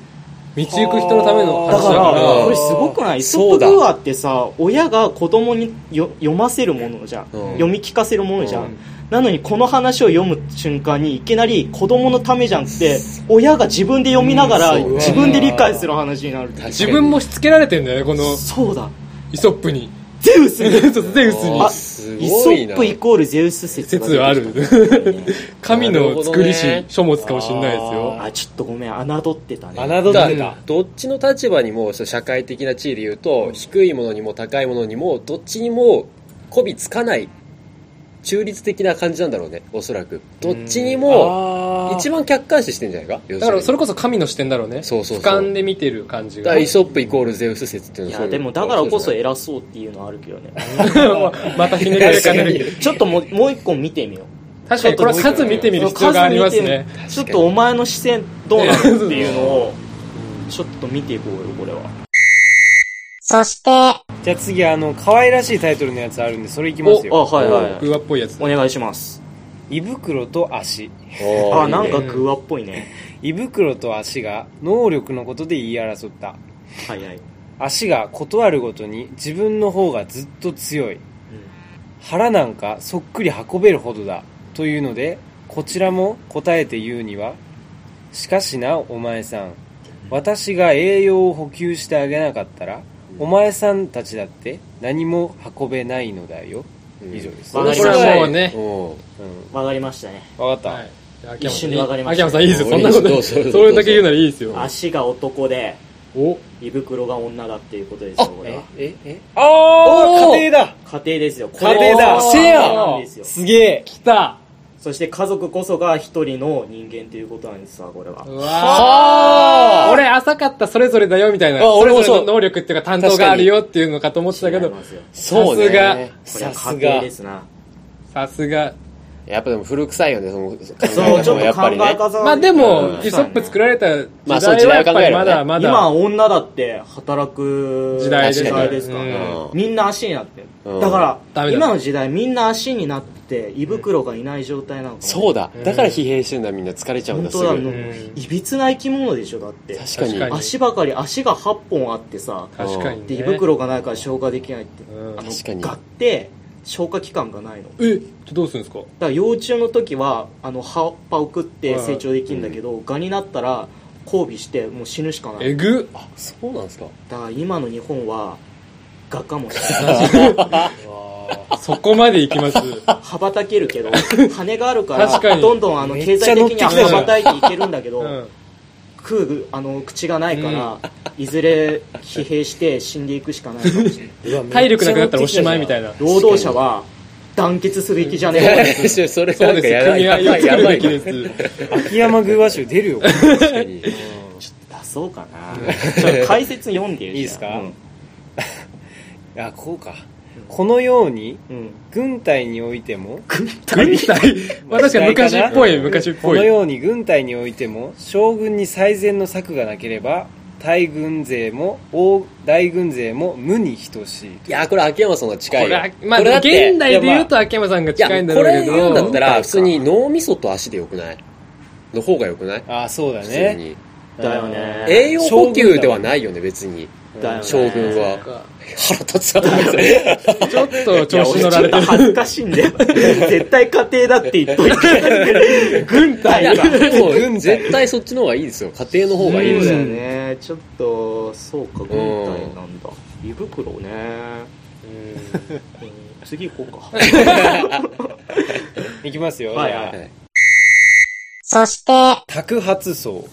Speaker 5: 道行く人のための
Speaker 4: だ
Speaker 5: 話
Speaker 4: か
Speaker 5: だから
Speaker 4: ら
Speaker 6: あー
Speaker 4: これすごくないイソ
Speaker 7: そ
Speaker 4: ップ
Speaker 7: うだ
Speaker 4: グアってさ親が子供によ読ませるものじゃん、
Speaker 7: うん
Speaker 4: 読み聞かせるものじゃん、
Speaker 5: うん
Speaker 4: なのにこの話を読む瞬間にいきなり子供のためじゃんって親が自分で読みながら
Speaker 7: うんそう
Speaker 4: 自分で理解する話になる
Speaker 5: 自分もしつけられてんだよねこの
Speaker 4: そうだ
Speaker 5: イソップに
Speaker 4: ゼウス
Speaker 5: [LAUGHS]
Speaker 4: に
Speaker 5: そうゼウスに
Speaker 4: あ
Speaker 7: す
Speaker 4: イソ
Speaker 7: ごい
Speaker 4: ッ
Speaker 7: な
Speaker 4: プイコールゼウス説が出てき
Speaker 5: 説は
Speaker 4: た
Speaker 5: あ
Speaker 4: [LAUGHS]
Speaker 5: る神の作り
Speaker 7: な
Speaker 5: し
Speaker 7: るほどね
Speaker 5: 書物かもしれないですよ
Speaker 4: あちょっとごめん侮ってたね
Speaker 6: 侮ってた
Speaker 7: だどっちの立場にもそう社会的な地位で言うと、低いものにも高いものにもどっちにもこびつかない中立的な感じなんだろうねおそらくどっちにも
Speaker 6: あ
Speaker 7: 一番客観視してんじゃないか要するに
Speaker 5: だからそれこそ神の視点だろうね
Speaker 7: そうそうそう
Speaker 5: 俯瞰で見てる感じ
Speaker 7: だか
Speaker 5: が
Speaker 7: らイソップイコールゼウス説っていう
Speaker 4: い
Speaker 7: のは
Speaker 4: やでもだからこそ
Speaker 7: エ
Speaker 4: 偉そうっていうのはあるけどね
Speaker 5: [LAUGHS] またひねくれかねる
Speaker 4: ちょっともうもう一個見てみよう
Speaker 5: 確かにこれは数見てみる必要がありますね
Speaker 4: ちょっとお前の視線どうなのっていうのをちょっと見ていこうよこれは
Speaker 1: そして、
Speaker 6: じゃあ次あの可愛らしいタイトルのやつあるんでそれいきます
Speaker 4: あ
Speaker 6: よ
Speaker 4: はいはい
Speaker 5: 偶話っぽいやつ
Speaker 4: お願いします
Speaker 6: 胃袋と足
Speaker 4: あなんかグワっぽいね
Speaker 6: 胃袋と足が能力のことで言い争った
Speaker 4: はいはい
Speaker 6: 足が断るごとに自分の方がずっと強い腹なんかそっくり運べるほどだというのでこちらも答えて言うにはしかしなお前さん私が栄養を補給してあげなかったらお前さんたちだって何も運べないのだよ以上です、
Speaker 4: わ
Speaker 6: う
Speaker 4: か
Speaker 6: んわ
Speaker 4: り
Speaker 5: こ
Speaker 4: ま
Speaker 5: れ
Speaker 4: した
Speaker 5: はもうね
Speaker 4: わかりましたね
Speaker 6: かった、
Speaker 5: はい
Speaker 4: 一瞬で分かりまし
Speaker 5: 秋
Speaker 4: た
Speaker 5: 山さんいいですよそんなこ
Speaker 7: ど
Speaker 5: と
Speaker 7: うぞどうぞ
Speaker 5: それだけ言うならいいですよ
Speaker 4: 足が男で
Speaker 5: お
Speaker 4: 胃袋が女だっていうことですよこれは
Speaker 7: ええ
Speaker 6: あ
Speaker 5: お
Speaker 6: あ
Speaker 5: ー
Speaker 6: 家庭だ
Speaker 4: 家庭ですよ
Speaker 6: 家庭だ
Speaker 4: こ
Speaker 6: せ
Speaker 4: れ
Speaker 6: や
Speaker 4: はなんですよ
Speaker 6: すげえ
Speaker 5: 来た
Speaker 4: そして家族こそが一人の人間ということなんですわこれは
Speaker 5: うわー俺浅かったそれぞれだよみたいな
Speaker 7: あ
Speaker 5: そ
Speaker 7: 俺
Speaker 5: れ
Speaker 7: も
Speaker 5: ぞ
Speaker 7: そう
Speaker 5: れの能力っていうか担当があるよっていうのかと思ってたけ
Speaker 4: 違い
Speaker 5: ど
Speaker 4: ますよ
Speaker 7: そう
Speaker 5: さすが
Speaker 7: ね
Speaker 4: これは
Speaker 6: さす
Speaker 4: 家庭
Speaker 6: が
Speaker 4: ですな
Speaker 5: さすが
Speaker 7: やっぱでも古臭いよねその考え方
Speaker 4: そうちょ
Speaker 7: も
Speaker 4: っと
Speaker 7: やっ
Speaker 4: 考
Speaker 7: ぱり
Speaker 4: え
Speaker 7: ね
Speaker 4: 方が
Speaker 5: まあでも
Speaker 7: うん
Speaker 5: イソップ作られた時
Speaker 7: まあそう
Speaker 5: 代
Speaker 7: 時代を
Speaker 5: はやっぱ
Speaker 7: 考え
Speaker 5: り
Speaker 7: れば
Speaker 5: ま
Speaker 7: ね
Speaker 5: だま
Speaker 4: 今は
Speaker 5: だ
Speaker 4: 女だって働く
Speaker 5: 時代
Speaker 7: です
Speaker 4: 時代ですから、
Speaker 5: うん
Speaker 4: みんな足になってる、
Speaker 7: うん
Speaker 4: だか
Speaker 5: ダ
Speaker 4: ら
Speaker 5: メだ
Speaker 4: 今の時代みんな足になって胃袋がいない状態なのかも
Speaker 7: そうだだから疲弊してんだみんな疲れちゃうん
Speaker 4: 本
Speaker 7: だす
Speaker 4: 当だ
Speaker 7: ぐ
Speaker 4: もう
Speaker 5: うん
Speaker 4: いびつな生き物でしょだって
Speaker 7: 確かに
Speaker 5: 確かに
Speaker 4: 足ばかり足が8本あってさ
Speaker 5: 確かに
Speaker 4: で
Speaker 5: ね
Speaker 4: 胃袋がないから消化できないって、
Speaker 5: うん
Speaker 4: あの
Speaker 7: 確かに
Speaker 4: ガって消化器官がないのだか
Speaker 5: えってどうするんですか
Speaker 4: ら幼虫の時はあの葉っぱを食っ
Speaker 5: は
Speaker 4: て
Speaker 5: い
Speaker 4: 成長できるんだけど、ガになったら交尾してもう死ぬしかない
Speaker 5: えぐ
Speaker 7: あ、そうなんですか。
Speaker 4: だから今の日本は画家もし
Speaker 5: [LAUGHS]
Speaker 4: れない
Speaker 5: そこまでいきます
Speaker 4: 羽ばたけるけ
Speaker 6: [LAUGHS]
Speaker 4: ど羽があるから
Speaker 5: 確かに
Speaker 4: どんどんあの
Speaker 6: めっ
Speaker 4: 経
Speaker 6: ちゃ
Speaker 4: 済
Speaker 6: 乗っ
Speaker 4: 的
Speaker 6: て
Speaker 4: に
Speaker 6: きた
Speaker 4: は
Speaker 6: じゃん
Speaker 4: 羽ばたいていけるんだけど、
Speaker 5: うん
Speaker 4: 食うあの口がないから、いずれ疲弊して死んでいくしかないかもしれ
Speaker 6: [LAUGHS]
Speaker 4: ない
Speaker 5: 体力なくなったらおしまいみたいな
Speaker 4: 労働者は団結するべきじゃねえか
Speaker 7: いや [LAUGHS] それ
Speaker 5: そ
Speaker 7: な
Speaker 5: うん
Speaker 7: か
Speaker 5: で
Speaker 7: や
Speaker 5: す
Speaker 7: ばい
Speaker 5: 組合
Speaker 7: やばい
Speaker 5: を作
Speaker 7: や
Speaker 5: る
Speaker 7: ば
Speaker 5: べ
Speaker 7: い
Speaker 5: き
Speaker 7: な。
Speaker 5: です
Speaker 6: 秋山偶話集出るよ。
Speaker 7: 確かに。
Speaker 4: 出そうかなちょっと解説読んでよ
Speaker 6: いいですか
Speaker 4: うん
Speaker 6: [LAUGHS] あ、こうか。このように、
Speaker 4: うん
Speaker 6: 軍隊においても、
Speaker 5: 軍隊まあ確かに昔っぽい昔っ
Speaker 6: こ
Speaker 5: ぽ
Speaker 6: の
Speaker 5: い
Speaker 6: ように軍隊においても、将軍に最善の策がなければ、大軍勢も、大大軍勢も無に等しい。
Speaker 7: いや、これ秋山さんが近い
Speaker 5: これ
Speaker 7: よ
Speaker 5: は。まあ
Speaker 7: これだ
Speaker 5: 現
Speaker 7: って
Speaker 5: 代で言う
Speaker 7: い
Speaker 5: と秋山さんが
Speaker 7: や、
Speaker 5: 近いん
Speaker 7: ま
Speaker 5: だ
Speaker 7: あいやこ
Speaker 5: ろ
Speaker 7: れ
Speaker 5: うけ
Speaker 7: 言うんだった
Speaker 5: ど
Speaker 7: ら、普通に脳みそと足でよくないの方がよくない
Speaker 6: あ、そうだ
Speaker 7: 普通
Speaker 6: ね。
Speaker 7: に。
Speaker 4: だよね
Speaker 6: うん
Speaker 7: 栄養補給ではないよね、別に。
Speaker 4: だよね
Speaker 7: 将軍
Speaker 5: そっ
Speaker 7: は。
Speaker 5: か
Speaker 7: 腹立つわ。い
Speaker 5: ちょっと調子乗られて
Speaker 4: ちょっと恥ずかしいん
Speaker 6: [LAUGHS]
Speaker 4: だよ絶対家庭だって言っといて
Speaker 6: [LAUGHS]
Speaker 4: 軍
Speaker 7: や、
Speaker 4: 隊が
Speaker 7: でも絶対そっちの方がいいですよ。家庭の方がいい
Speaker 4: そう
Speaker 7: です
Speaker 4: だ
Speaker 7: よ
Speaker 4: よ。ねちょっとそうか軍隊なんだ胃袋ねうん次行 [LAUGHS] こうか
Speaker 6: いきますよ。
Speaker 4: はい
Speaker 6: じゃ
Speaker 4: は
Speaker 6: あ
Speaker 4: い
Speaker 1: そして、
Speaker 6: 托発層。
Speaker 7: ん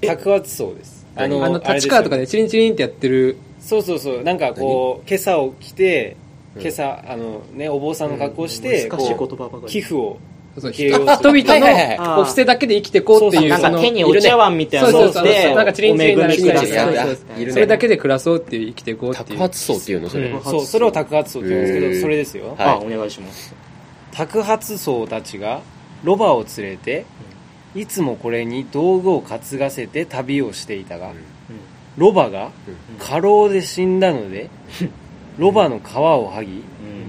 Speaker 6: 托発層です。
Speaker 7: あの
Speaker 5: あの
Speaker 6: あれ
Speaker 5: 立
Speaker 6: すよ
Speaker 5: 川とかでチリンチリンってやってる
Speaker 6: そうそうそう。なんかこう、今朝起きて、今朝、あのね、お坊さんの格好して、
Speaker 4: 難しい言
Speaker 6: こ
Speaker 4: 葉ばか
Speaker 6: う、
Speaker 4: り
Speaker 6: 寄付を。
Speaker 5: そうそう
Speaker 6: 形
Speaker 5: 人
Speaker 6: 容する
Speaker 5: 々
Speaker 7: はいはい
Speaker 5: の
Speaker 4: はい
Speaker 5: お布施だけで生きてこうっていう
Speaker 4: なん
Speaker 5: そ
Speaker 4: か
Speaker 5: の
Speaker 4: 手にお茶碗みたいな
Speaker 5: そう
Speaker 4: の
Speaker 5: そう
Speaker 6: そうそう
Speaker 4: で
Speaker 6: なん
Speaker 5: かチリンチリン
Speaker 4: お
Speaker 5: な
Speaker 4: 恵みくだ
Speaker 7: いやい
Speaker 4: さ
Speaker 7: や
Speaker 4: い
Speaker 7: いる
Speaker 5: それ
Speaker 7: ね
Speaker 5: だ。けで暮らそうっていう生きていこうって
Speaker 7: 宅
Speaker 5: いう
Speaker 7: 発層っていうの、それ。
Speaker 5: うん
Speaker 6: そう、それを托発層って言うんですけ
Speaker 7: へー
Speaker 6: ど、それですよ。
Speaker 4: あ
Speaker 7: は
Speaker 4: お願いします
Speaker 6: 托発僧たちがロバを連れていつもこれに道具を担がせて旅をしていたが、
Speaker 7: うん
Speaker 6: ロバが
Speaker 7: うん
Speaker 6: 過労で死んだので、ロバの皮を剥ぎ
Speaker 4: うん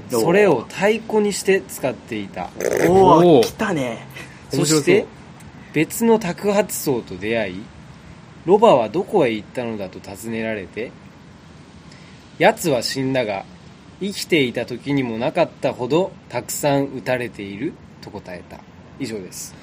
Speaker 6: それを太鼓にして使っていた
Speaker 4: お
Speaker 5: お
Speaker 4: お
Speaker 5: ー
Speaker 4: 来たね
Speaker 6: そして別の托発僧と出会いロバはどこへ行ったのだと尋ねられて奴は死んだが生きていた時にもなかったほどたくさん撃たれていると答えた以上です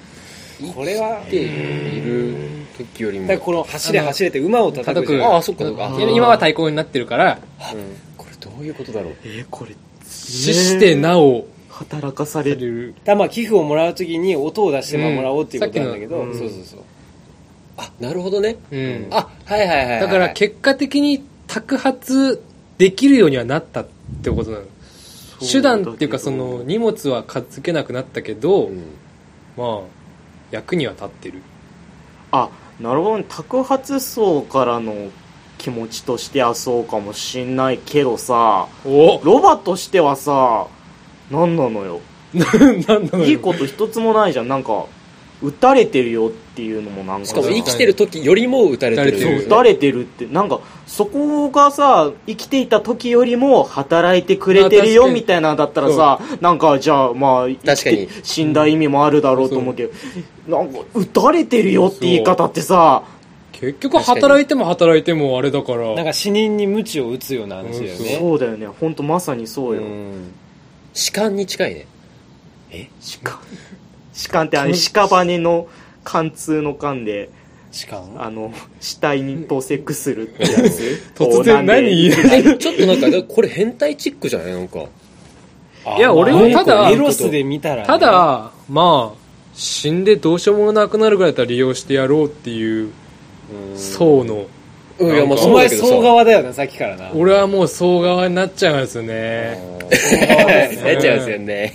Speaker 6: これは
Speaker 7: っている時より
Speaker 6: だ
Speaker 7: も
Speaker 6: からこの走れ走れって馬を叩
Speaker 5: 叩
Speaker 6: くじゃ
Speaker 5: く
Speaker 6: ん
Speaker 7: ああそっかそっか
Speaker 5: うん今は対抗になってるから
Speaker 6: うん
Speaker 7: これどういうことだろう
Speaker 4: えーこれ
Speaker 5: 死してなお
Speaker 4: 働かされる
Speaker 6: だからまあ寄付をもらう時に音を出してもらおうっていうことなんだけど、
Speaker 4: うんさっき
Speaker 6: そ
Speaker 4: の
Speaker 6: うそうそう
Speaker 7: あなるほどね
Speaker 5: うん
Speaker 7: あはいはいはいはい
Speaker 5: だから結果的に托発できるようにはなったってことなの手段っていうかその荷物は片付けなくなったけど、
Speaker 7: うん
Speaker 5: まあ役には立ってる
Speaker 4: あなるほどね托発層からの気持ちとしてはそうかもしんないけどさ
Speaker 5: お
Speaker 4: ロバとしてはさ何なのよ
Speaker 5: [LAUGHS] なんだろう
Speaker 4: いいこと一つもないじゃんなんか撃たれてるよっていうのもなんか
Speaker 7: しかも生きてる時よりも打たれてる
Speaker 5: 打たれ
Speaker 4: そう
Speaker 5: て
Speaker 4: 撃たれてるってなんかそこがさ生きていた時よりも働いてくれてる
Speaker 5: まあ確か
Speaker 4: よ
Speaker 5: に
Speaker 4: みたいなのだったらさなんかじゃあまあ生き
Speaker 7: 確かに
Speaker 4: て死んだ意味もあるだろうと思うけどなんか撃たれてるよって言い方ってさ
Speaker 5: 結局働いても働いてもあれだから
Speaker 6: なんか死人に鞭を打つような話だよね、
Speaker 4: そうだよね本当まさにそうよ
Speaker 6: うん
Speaker 7: 主観に近いね
Speaker 4: 鹿鹿ってあの屍の貫通の貫で
Speaker 6: しかも
Speaker 4: あの死体にとセックスするってやつ
Speaker 5: 突然何言えない
Speaker 7: ちょっとなんかこれ変態チックじゃないなんか
Speaker 5: いや俺はただ
Speaker 6: エロスで見たらね、
Speaker 5: ただまあ死んでどうしようもなくなるぐらいだったら利用してやろうっていう層の
Speaker 7: うんいやまあ
Speaker 6: お
Speaker 7: そうだ
Speaker 6: 前
Speaker 7: けど
Speaker 6: 総
Speaker 7: さ
Speaker 6: 側だよなさっきからな
Speaker 5: 俺はもう層側になっちゃうんですよね
Speaker 7: [LAUGHS] 出ちゃうんですよね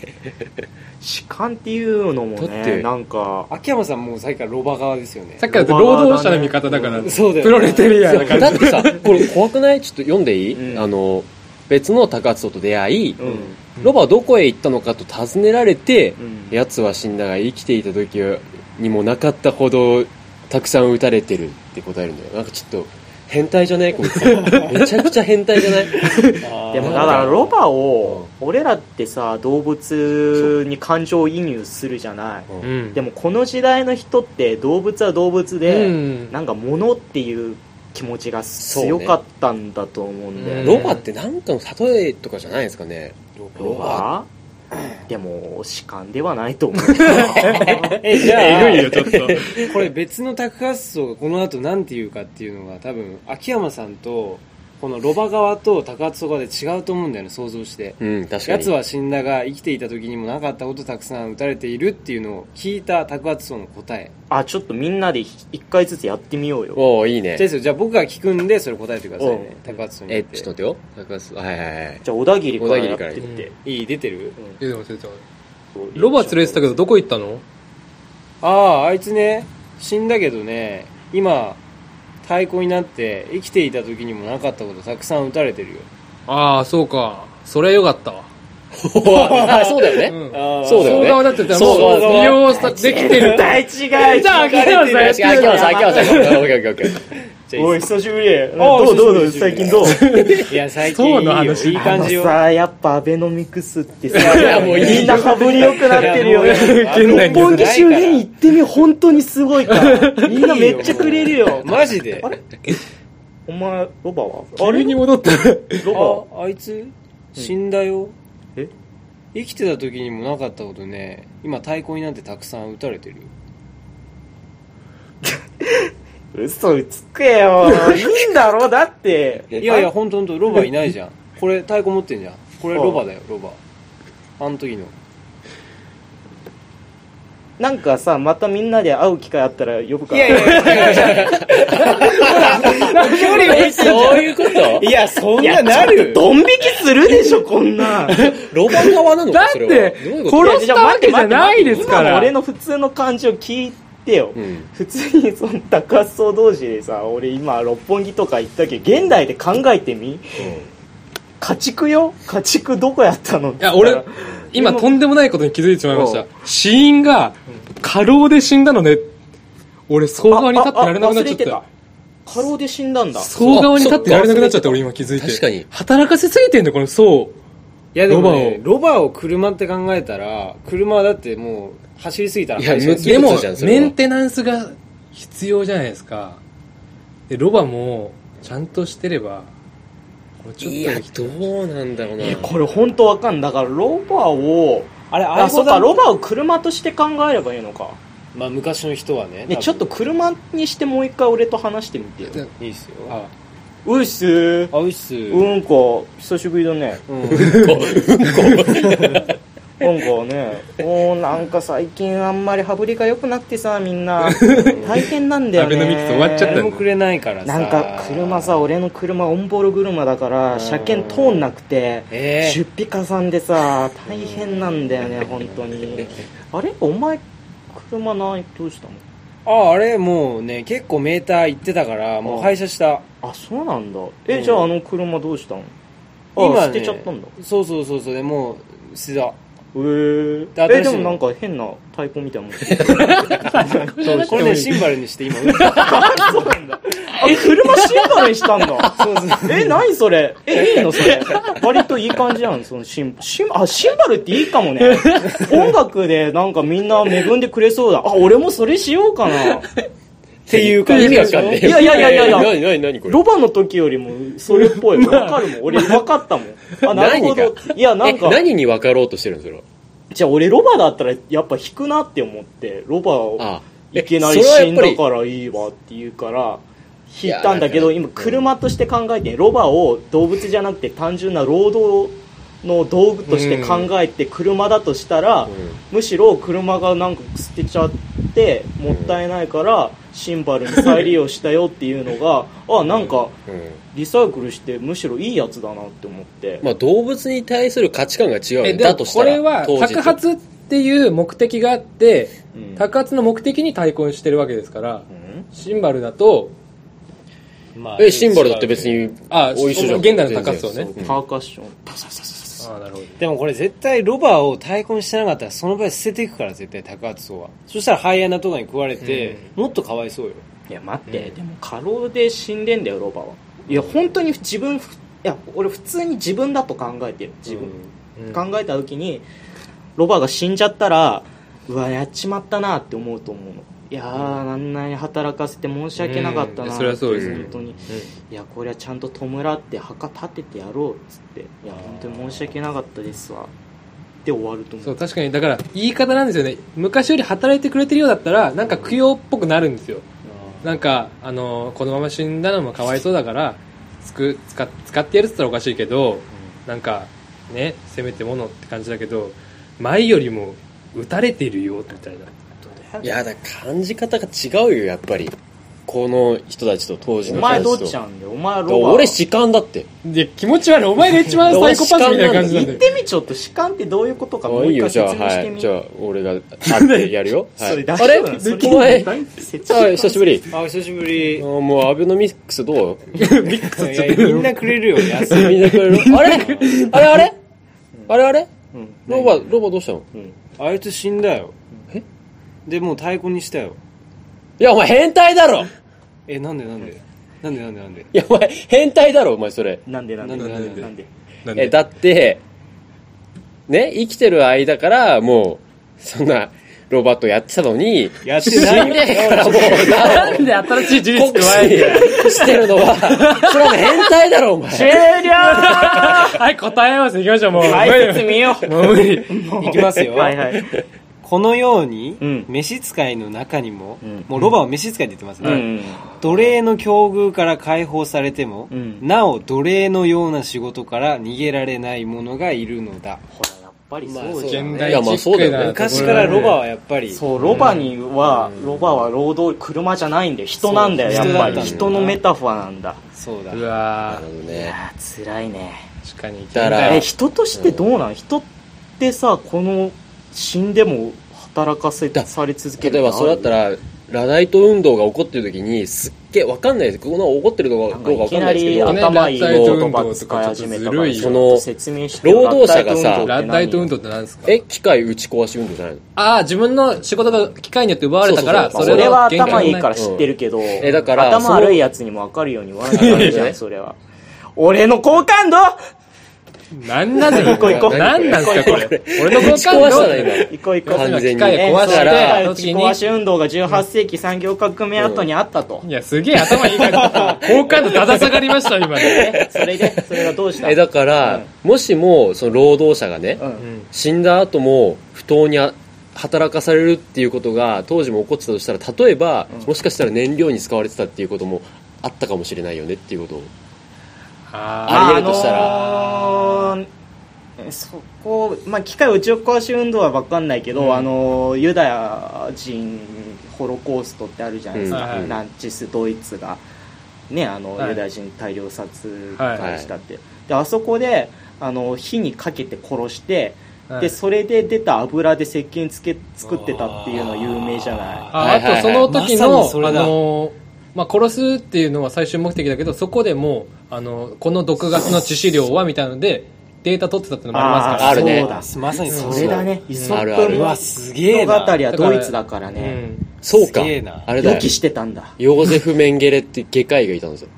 Speaker 4: 痴漢っていうのも
Speaker 7: だって
Speaker 4: ねなんか
Speaker 6: 秋山さんもうさっきからロバ側ですよね
Speaker 5: さっきから労働者の味方だから、
Speaker 6: んそうだよ
Speaker 5: プロレタリアンな感じ
Speaker 7: だってさこれ怖くないちょっと読んでいい
Speaker 4: うん
Speaker 7: あの別の高津と出会い
Speaker 4: うん
Speaker 7: ロバはどこへ行ったのかと尋ねられて
Speaker 4: うん
Speaker 7: 奴は死んだが生きていた時にもなかったほどたくさん撃たれてるって答えるんだよなんかちょっと変態じゃないこいつめちゃくちゃ変態じゃない
Speaker 4: でもだからロバを俺らってさ動物に感情移入するじゃない
Speaker 5: うん
Speaker 4: でもこの時代の人って動物は動物で、
Speaker 5: うん
Speaker 4: なんか物っていう気持ちが
Speaker 7: そうね
Speaker 4: 強かったんだと思うんで、
Speaker 5: うん
Speaker 7: ロバってなんかの例えとかじゃないですかね。
Speaker 4: ロバでも主観ではないと思う
Speaker 6: え、じゃあ、
Speaker 5: よ、ちょっと。
Speaker 6: [LAUGHS] これ別のタク発想がこの後なんて言うかっていうのが多分秋山さんとこのロバ側とタク発想側で違うと思うんだよね想像して
Speaker 7: うん、確かに。
Speaker 6: 奴は死んだが生きていた時にもなかったことたくさん打たれているっていうのを聞いたタク発想の答え
Speaker 4: あちょっとみんなで一回ずつやってみようよ
Speaker 7: おおいいね
Speaker 6: じゃあ。ですよじゃあ僕が聞くんでそれ答えてくださいねタク発想に
Speaker 7: え、ちょっと待ってよ。高須はいはいはい。
Speaker 4: じゃあ小田切から
Speaker 7: 小田
Speaker 4: や
Speaker 7: 切
Speaker 4: っ
Speaker 7: から
Speaker 4: てって
Speaker 6: といい出てる
Speaker 5: え、でも忘れてた。ロバ連れてたけど、どこ行ったの
Speaker 6: あああいつね死んだけどね今太鼓になって生きていた時にもなかったことたくさん打たれてるよ
Speaker 5: ああ、そうか。それはよかったわ。
Speaker 7: あ、そうだよ [LAUGHS]
Speaker 5: う
Speaker 7: ね。
Speaker 5: ん。
Speaker 7: そうだ
Speaker 5: 総
Speaker 7: よね。
Speaker 5: 側だってたら
Speaker 7: そう
Speaker 5: もう、
Speaker 7: そう
Speaker 5: 利用さ、できてる。じ
Speaker 4: 大違い
Speaker 5: ゃあ、秋山さんやって
Speaker 7: 秋
Speaker 5: る
Speaker 7: 山
Speaker 5: よ
Speaker 7: さん、秋山さん。 [LAUGHS] オッケーオッケーオッケー。
Speaker 4: おい久しぶり
Speaker 6: おう
Speaker 4: どうどうど
Speaker 6: 久
Speaker 4: う
Speaker 6: しぶ
Speaker 4: 最
Speaker 6: り
Speaker 4: 近どう
Speaker 6: いや最近いい
Speaker 5: そうの
Speaker 6: よ
Speaker 5: 話
Speaker 6: いい感じよ
Speaker 4: あのさやっぱアベノミクスってさ
Speaker 7: いやもういいよ
Speaker 4: みんな羽振り良くなってるよ
Speaker 6: いやもういいよ
Speaker 4: 六本木周辺に行ってみ本当にすごいからみんなめっちゃくれるよ
Speaker 6: マジで
Speaker 4: あれお前ロバはあ
Speaker 5: 急
Speaker 4: れ
Speaker 5: に戻った。
Speaker 4: ロ
Speaker 6: ああいつ死んだよ、
Speaker 4: え
Speaker 6: 生きてた時にもなかったことね今太鼓になってたくさん打たれてるよ
Speaker 4: バ嘘つけよいいんだろだって
Speaker 6: いやいや本当本当ロバいないじゃんこれ太鼓持ってんじゃんこれロバだよロバあの時の
Speaker 4: なんかさまたみんなで会う機会あったら呼ぶから
Speaker 6: やいや距離置いて
Speaker 7: そういうこと
Speaker 6: いやそん
Speaker 4: いや
Speaker 6: なな
Speaker 4: ちょっと
Speaker 6: る
Speaker 4: ドン引きするでしょこんな
Speaker 7: ロバ側なの
Speaker 5: だ
Speaker 7: か
Speaker 5: っ
Speaker 7: それは。
Speaker 5: て
Speaker 7: どういう、こと
Speaker 5: 殺したわけじゃないですか
Speaker 4: 今の
Speaker 5: ら。
Speaker 4: 俺の普通の感じを聞いてよ、
Speaker 7: うん。
Speaker 4: 普通にその高発想同士でさ俺今六本木とか行ったけど現代で考えてみ、家畜よ家畜どこやったのい
Speaker 5: いや、俺、今とんでもないことに気づいてしまいました。死因が、過労で死んだのね。俺、総側に立ってられなくなっちゃった。
Speaker 4: 過労で死んだんだ
Speaker 5: 総側に立ってられなくなっちゃって、俺今気づいて。
Speaker 7: 確かに
Speaker 5: 働かせすぎてんだよ、この層。
Speaker 6: いやでも、ね、
Speaker 5: ロ
Speaker 6: ロバを車って考えたら車はだってもう走りすぎたら
Speaker 7: いや
Speaker 6: 廃車です
Speaker 7: む
Speaker 5: でも
Speaker 7: そういうことじゃん、それ
Speaker 5: メ
Speaker 7: は
Speaker 5: ンテナンスが必要じゃないですか。で、ロバも、ちゃんとしてれば、これちょっと
Speaker 7: いや、どうなんだろうな。
Speaker 4: これ本当わかんだからロバを
Speaker 6: あれあ
Speaker 4: あ
Speaker 6: れ
Speaker 4: そうかロバを車として考えればいいのか
Speaker 6: まあ昔の人はね
Speaker 4: ね
Speaker 6: 多分
Speaker 4: ちょっと車にしてもう一回俺と話してみてよ
Speaker 6: いいっすよ
Speaker 5: あ
Speaker 4: うっすー
Speaker 6: あういっす
Speaker 4: うんこ久しぶりだねなんかね、もうなんか最近あんまり羽振りが良くなくてさ、みんな。大変なんだよね。
Speaker 5: アベノミクス終わっちゃった
Speaker 6: 誰
Speaker 5: よ
Speaker 6: もくれないから
Speaker 4: な
Speaker 6: さ
Speaker 4: んか車さ、俺の車オンボロ車だから、車検通んなくて、
Speaker 6: ええ
Speaker 4: 出費加算でさ、大変なんだよね、本当に。あれお前、車ない、どうしたの
Speaker 6: ああれもうね結構メーター行ってたからもう廃車した
Speaker 4: あ、そうなんだ。え、
Speaker 6: うん
Speaker 4: じゃああの車どうしたのあ、
Speaker 6: 今ね
Speaker 4: 捨てちゃったんだ。
Speaker 6: そうそうそうそうでもう捨てた
Speaker 4: えー、
Speaker 6: で新しい
Speaker 4: え、で
Speaker 6: の
Speaker 4: もなんか変な太鼓みたいな [LAUGHS] の持ってる。
Speaker 6: これねシンバルにして今打った
Speaker 4: あ、車シンバルにしたんだ。え、何それえ、いいのそれ。割といい感じやん、そのシン、シン、あ、シンバルっていいかも [LAUGHS] ね。音楽でなんかみんな恵んでくれそうだ。あ、俺もそれしようかな。
Speaker 7: ていうか、意味わかんねえ。
Speaker 4: いやいやいやいやいや
Speaker 7: なになになにこれ。
Speaker 4: ロバの時よりもそれっぽい。わかるもん。俺分かったもん。あ、なるほど
Speaker 7: 何。
Speaker 4: いや、なん
Speaker 7: え
Speaker 4: か、
Speaker 7: 何に分かろうとしてるんですよ。
Speaker 4: じゃあ俺ロバだったらやっぱ弾くなって思って、ロバを。
Speaker 7: ああ。え
Speaker 4: いきなり死んだからいいわって言うから弾いたんだけど
Speaker 7: いや
Speaker 4: 今車として考えてロバを動物じゃなくて単純な労働の道具として考えて車だとしたら、むしろ車がなんか捨てちゃってもったいないからシンバルに再利用したよっていうのがあなんか
Speaker 7: それはやっぱりうん
Speaker 4: リサイクルしてむしろいいやつだなって思って、
Speaker 7: まあ動物に対する価値観が違うよね
Speaker 5: えで
Speaker 7: だ
Speaker 5: も
Speaker 7: とし
Speaker 5: こ
Speaker 7: たら。
Speaker 5: れは、
Speaker 7: 当時
Speaker 5: 宅
Speaker 7: と
Speaker 5: 発っていう目的があって、
Speaker 4: うん
Speaker 5: 宅発の目的に対抗してるわけですから、
Speaker 4: うん
Speaker 5: シンバルだと、
Speaker 6: まあ
Speaker 7: え、シンバルだって別に、
Speaker 5: あ
Speaker 7: お一緒じゃん
Speaker 5: 現代の高須をね
Speaker 7: 全然
Speaker 4: パーカッション
Speaker 5: ああ、なるほど。
Speaker 6: でもこれ絶対ロバを太鼓にしてなかったらその場で捨てていくから絶対高発層はそしたらハイエナとかに食われて、もっとかわいそうよ
Speaker 4: いや待って、でも過労で死んでんだよロバはいや本当に自分いや俺普通に自分だと考えてる自分、考えた時にロバが死んじゃったらうわやっちまったなって思うと思うのいやーあんなに働かせて申し訳なかった
Speaker 5: うん
Speaker 4: な
Speaker 5: そりゃそうです
Speaker 7: よ
Speaker 4: 本当に、いやこりゃちゃんと弔って墓立ててやろうっつっていや本当に申し訳なかったですわで終わると思
Speaker 5: そうう確かにだから言い方なんですよね昔より働いてくれてるようだったらなんか供養っぽくなるんですよなんかあのこのまま死んだのもかわいそうだからつく使っ使ってやるって言ったらおかしいけど、なんかねせめてものって感じだけど前よりも打たれてるよみたいな
Speaker 7: うんいやだから感じ方が違うよやっぱりこの人たちと当時
Speaker 4: お
Speaker 7: の人た
Speaker 4: 前
Speaker 7: ち
Speaker 4: ど
Speaker 7: と
Speaker 4: っちなんだよお前ロ
Speaker 7: だから
Speaker 4: バ
Speaker 7: 俺士官だって
Speaker 5: で気持ち悪いお前が一番サイコパスみたいな感じな
Speaker 4: 言
Speaker 5: んだよ
Speaker 4: ってみちょっと主観ってどういうことかも
Speaker 7: あ
Speaker 4: う
Speaker 7: いい
Speaker 4: 一回説
Speaker 7: よじゃあ
Speaker 4: 明し
Speaker 7: は
Speaker 4: て
Speaker 7: い
Speaker 4: み
Speaker 7: じゃあ俺が会ってやる
Speaker 5: [LAUGHS]
Speaker 7: よはい
Speaker 4: それ大
Speaker 7: あ
Speaker 4: 丈
Speaker 7: れ
Speaker 4: 夫なのそれ
Speaker 7: お前
Speaker 4: 大説
Speaker 7: あ久しぶり
Speaker 6: あ久しぶり
Speaker 7: あもうアベノミクスどう
Speaker 6: [LAUGHS] いやみんなくれるよ安い
Speaker 7: みんなこれ
Speaker 6: [LAUGHS]
Speaker 7: あれあれあれあれあれ
Speaker 4: うん
Speaker 7: ロバロバどうしたの
Speaker 6: あいつ死んだよえでもう太鼓にしたよ
Speaker 7: いやお前変態だろい
Speaker 6: えなんでなんでなんでなんでなんで
Speaker 7: やお前変態だろお前それ
Speaker 4: なんでなんで
Speaker 6: なんでなんで
Speaker 4: なんで
Speaker 5: なん
Speaker 7: え
Speaker 5: で
Speaker 7: だってね生きてる間からもうそんなロバットやってたのに
Speaker 6: やってないよ
Speaker 7: 死んでからもう
Speaker 5: なんで新しい事
Speaker 7: 酷使してるのはそれは変態だろお
Speaker 6: [LAUGHS]
Speaker 7: 前
Speaker 4: 終了
Speaker 5: はい答え合わせいきましょうもう
Speaker 4: 解説見よう
Speaker 5: もう無理
Speaker 6: いきますよ
Speaker 4: はいはい
Speaker 6: このように、
Speaker 4: うん
Speaker 6: 召使いの中にも、
Speaker 4: うん
Speaker 6: もうロバは召使いって言ってますね、
Speaker 4: うん
Speaker 6: 奴隷の境遇から解放されても、
Speaker 4: うん
Speaker 6: なお奴隷のような仕事から逃げられない者がいるのだ
Speaker 4: ほらやっぱりそうじゃん
Speaker 5: 現
Speaker 7: いや
Speaker 5: 代
Speaker 7: まあ
Speaker 5: チ
Speaker 7: そうだ
Speaker 5: ッ
Speaker 7: よ
Speaker 5: ク
Speaker 7: ね
Speaker 5: な
Speaker 6: 昔からロバ
Speaker 5: は
Speaker 6: はやっぱり
Speaker 4: そうロバにはロバは労働車じゃないんだよ人なんだよ
Speaker 6: そ
Speaker 4: や
Speaker 6: う
Speaker 4: っぱり
Speaker 6: 人だったんだよ
Speaker 4: 人のメタファーなんだ
Speaker 6: そうだ
Speaker 5: う
Speaker 7: な
Speaker 5: わ
Speaker 7: るほど
Speaker 4: い
Speaker 7: ね
Speaker 4: やー辛いね
Speaker 5: ー確かに
Speaker 7: だから
Speaker 4: え人としてどうなん人ってさこの死んでも働かせ
Speaker 7: だ
Speaker 4: され続ける
Speaker 7: 例えばそれだった
Speaker 4: ら
Speaker 7: らラダイト運動が起こってる時にすっげえわかんないですこんなの起こってるのかどうかわかんないですけ
Speaker 5: な
Speaker 7: ど
Speaker 5: んか
Speaker 4: 頭いい
Speaker 5: ラッタイト運
Speaker 4: 言
Speaker 5: 動
Speaker 4: 葉
Speaker 5: とか
Speaker 4: 使い始めた
Speaker 5: ち
Speaker 4: か
Speaker 5: ょっとずる
Speaker 4: ら
Speaker 5: いよ
Speaker 4: ちょっと説明して
Speaker 7: 労働者がさ
Speaker 5: ラッダイト運動
Speaker 4: っ
Speaker 5: ってて何ですか
Speaker 7: え機械打ち壊し運動じゃないの
Speaker 5: ああ、自分の仕事が機械によって奪われたから、
Speaker 7: そう
Speaker 5: そ
Speaker 7: そうそう
Speaker 5: れ
Speaker 4: 俺は
Speaker 5: の限
Speaker 4: 頭い
Speaker 5: 界
Speaker 4: い
Speaker 5: を
Speaker 4: から
Speaker 5: ね。
Speaker 4: 知ってるけど、
Speaker 7: えだから
Speaker 4: 頭悪いやつにも分かるように言わなきゃダメじゃんそれは俺の好感度
Speaker 5: なんなんだよ、
Speaker 4: こう行こう
Speaker 5: なんなんすか、これ。俺の
Speaker 7: 打
Speaker 5: 好
Speaker 7: ち壊した
Speaker 5: 感度
Speaker 7: な今
Speaker 4: 行こう行こう
Speaker 5: 完全に機
Speaker 4: え
Speaker 5: 械
Speaker 4: ー
Speaker 5: 壊
Speaker 4: そ
Speaker 5: し
Speaker 4: うだ
Speaker 5: た
Speaker 4: からら打ち壊し運動が18世紀産業革命後にあったと、
Speaker 5: いや、すげえ頭いいから、好感度だだ下がりました、今ね。
Speaker 4: えそれでそれがどうした
Speaker 7: えだから、もしもその労働者がね、
Speaker 4: うん
Speaker 7: 死んだ後も不当にあ働かされるっていうことが当時も起こってたとしたら例えば、もしかしたら燃料に使われてたっていうこともあったかもしれないよねっていうことを
Speaker 5: あ
Speaker 7: ありえるとしたら、
Speaker 4: あのーそこ、まあ、機械打ち壊し運動は分かんないけど、あのーユダヤ人ホロコーストってあるじゃないですか、
Speaker 5: うん
Speaker 4: ナチスドイツが、ねあの
Speaker 5: はい
Speaker 4: ユダヤ人大量殺害したって、であそこであの火にかけて殺して、
Speaker 5: あ、はい
Speaker 4: でそれで出た油で石鹸つけ作ってたっていうのは有名じゃない
Speaker 5: ああ
Speaker 7: はいはいはい
Speaker 5: と、その時
Speaker 6: まさ
Speaker 5: の、
Speaker 6: にそれ
Speaker 5: あ
Speaker 6: だ
Speaker 5: のー、まあ、殺すっていうのは最終目的だけど、そこでもう、あの、この毒ガスの致死量は、みたいなので、データ取ってたってのもありますから。
Speaker 7: あるね
Speaker 4: そうだ
Speaker 6: まさに
Speaker 4: そ
Speaker 6: そう
Speaker 4: れだ
Speaker 6: ね
Speaker 4: ねイソ
Speaker 7: あ
Speaker 4: ッ
Speaker 7: るあ
Speaker 4: プ
Speaker 7: る
Speaker 6: うわすげえな
Speaker 4: 物語はドイツだから
Speaker 5: う
Speaker 4: ね、
Speaker 5: ん。
Speaker 7: そうか
Speaker 6: すげえな
Speaker 7: あれだ
Speaker 4: 予
Speaker 7: よ
Speaker 4: 期してたんだ
Speaker 7: ヨーゼフ・メンゲレって外科医がいたんですよ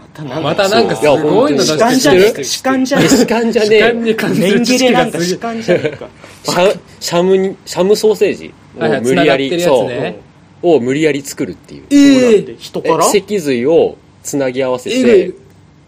Speaker 4: またなんか
Speaker 5: またなんかすごいの
Speaker 4: 主
Speaker 5: 出し
Speaker 4: 観
Speaker 5: て
Speaker 4: じ
Speaker 5: き
Speaker 4: ゃ
Speaker 5: て
Speaker 4: ねえ
Speaker 5: る。
Speaker 4: か主観じゃね
Speaker 7: え
Speaker 4: えか
Speaker 7: 主観じゃねえよ
Speaker 5: に関す
Speaker 4: 年
Speaker 5: る
Speaker 4: 切
Speaker 5: 知
Speaker 4: れ
Speaker 5: 識
Speaker 4: なん
Speaker 5: が
Speaker 4: か
Speaker 5: す
Speaker 4: 主
Speaker 5: げ
Speaker 4: 観じゃねえか
Speaker 7: シャシャムにシャムソーセージ
Speaker 5: はいは
Speaker 7: を
Speaker 5: い
Speaker 7: 無理やり、
Speaker 5: 繋がってるやつね
Speaker 7: そうを無理やり作るっていう
Speaker 4: そうだっ
Speaker 5: え
Speaker 4: て人
Speaker 7: え
Speaker 4: から
Speaker 7: 脊髄をつなぎ合わせ
Speaker 5: え
Speaker 7: て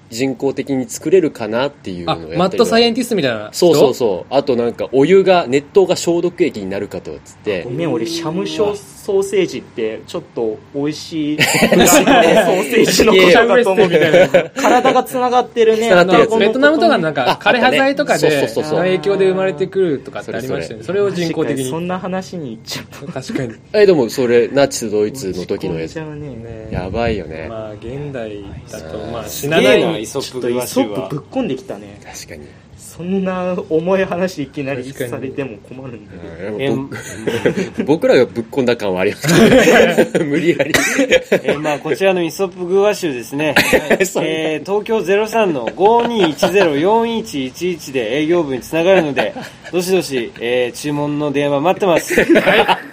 Speaker 7: 人工的に作れるかなっていうの
Speaker 5: あ、
Speaker 7: をやってる
Speaker 5: マッドサイエンティストみたいな
Speaker 7: そ
Speaker 5: 人
Speaker 7: うそうそうあとなんかお湯が熱湯が消毒液になるかとっつって
Speaker 4: ごめん俺シャムショソーセージってちょっと美味
Speaker 7: [LAUGHS]
Speaker 4: しいフライドのソーセージのことかと思うみたいな体がつながってるね
Speaker 7: 繋がってるやつ
Speaker 5: ベトナムとかのなん
Speaker 7: ああった
Speaker 5: か
Speaker 7: ね
Speaker 5: 枯葉剤とかで
Speaker 7: そうそうそうそう
Speaker 5: 影響で生まれてくるとかってありましたよねそれを人工的
Speaker 4: 確かそん
Speaker 5: に
Speaker 4: な話にいっちゃう
Speaker 5: 確かに
Speaker 7: えでもそれナチスドイツの時のや
Speaker 4: ち
Speaker 7: つ
Speaker 4: ゃうね
Speaker 7: やばいよね、
Speaker 5: まあ現代だとまあ死
Speaker 6: す
Speaker 5: な
Speaker 6: げ
Speaker 5: な
Speaker 6: えなイ
Speaker 5: い
Speaker 6: ソ
Speaker 4: ちょっと
Speaker 6: ップ
Speaker 4: イ
Speaker 6: 詳し
Speaker 4: ソ
Speaker 6: いわ
Speaker 4: ップぶっこんできたね
Speaker 7: 確かに
Speaker 4: そんな重い話いきなり
Speaker 5: 確かに
Speaker 4: されても困るんだけど
Speaker 6: え
Speaker 7: うん僕 [LAUGHS] 僕らがぶっこんだ感はあります
Speaker 5: [LAUGHS]
Speaker 7: けど無理やり
Speaker 6: えーまあこちらのイソップグーア州ですね、
Speaker 7: そ
Speaker 6: えー東京03の5210-4111で営業部につながるの [LAUGHS] でどしどし、えー注文の電話待ってます、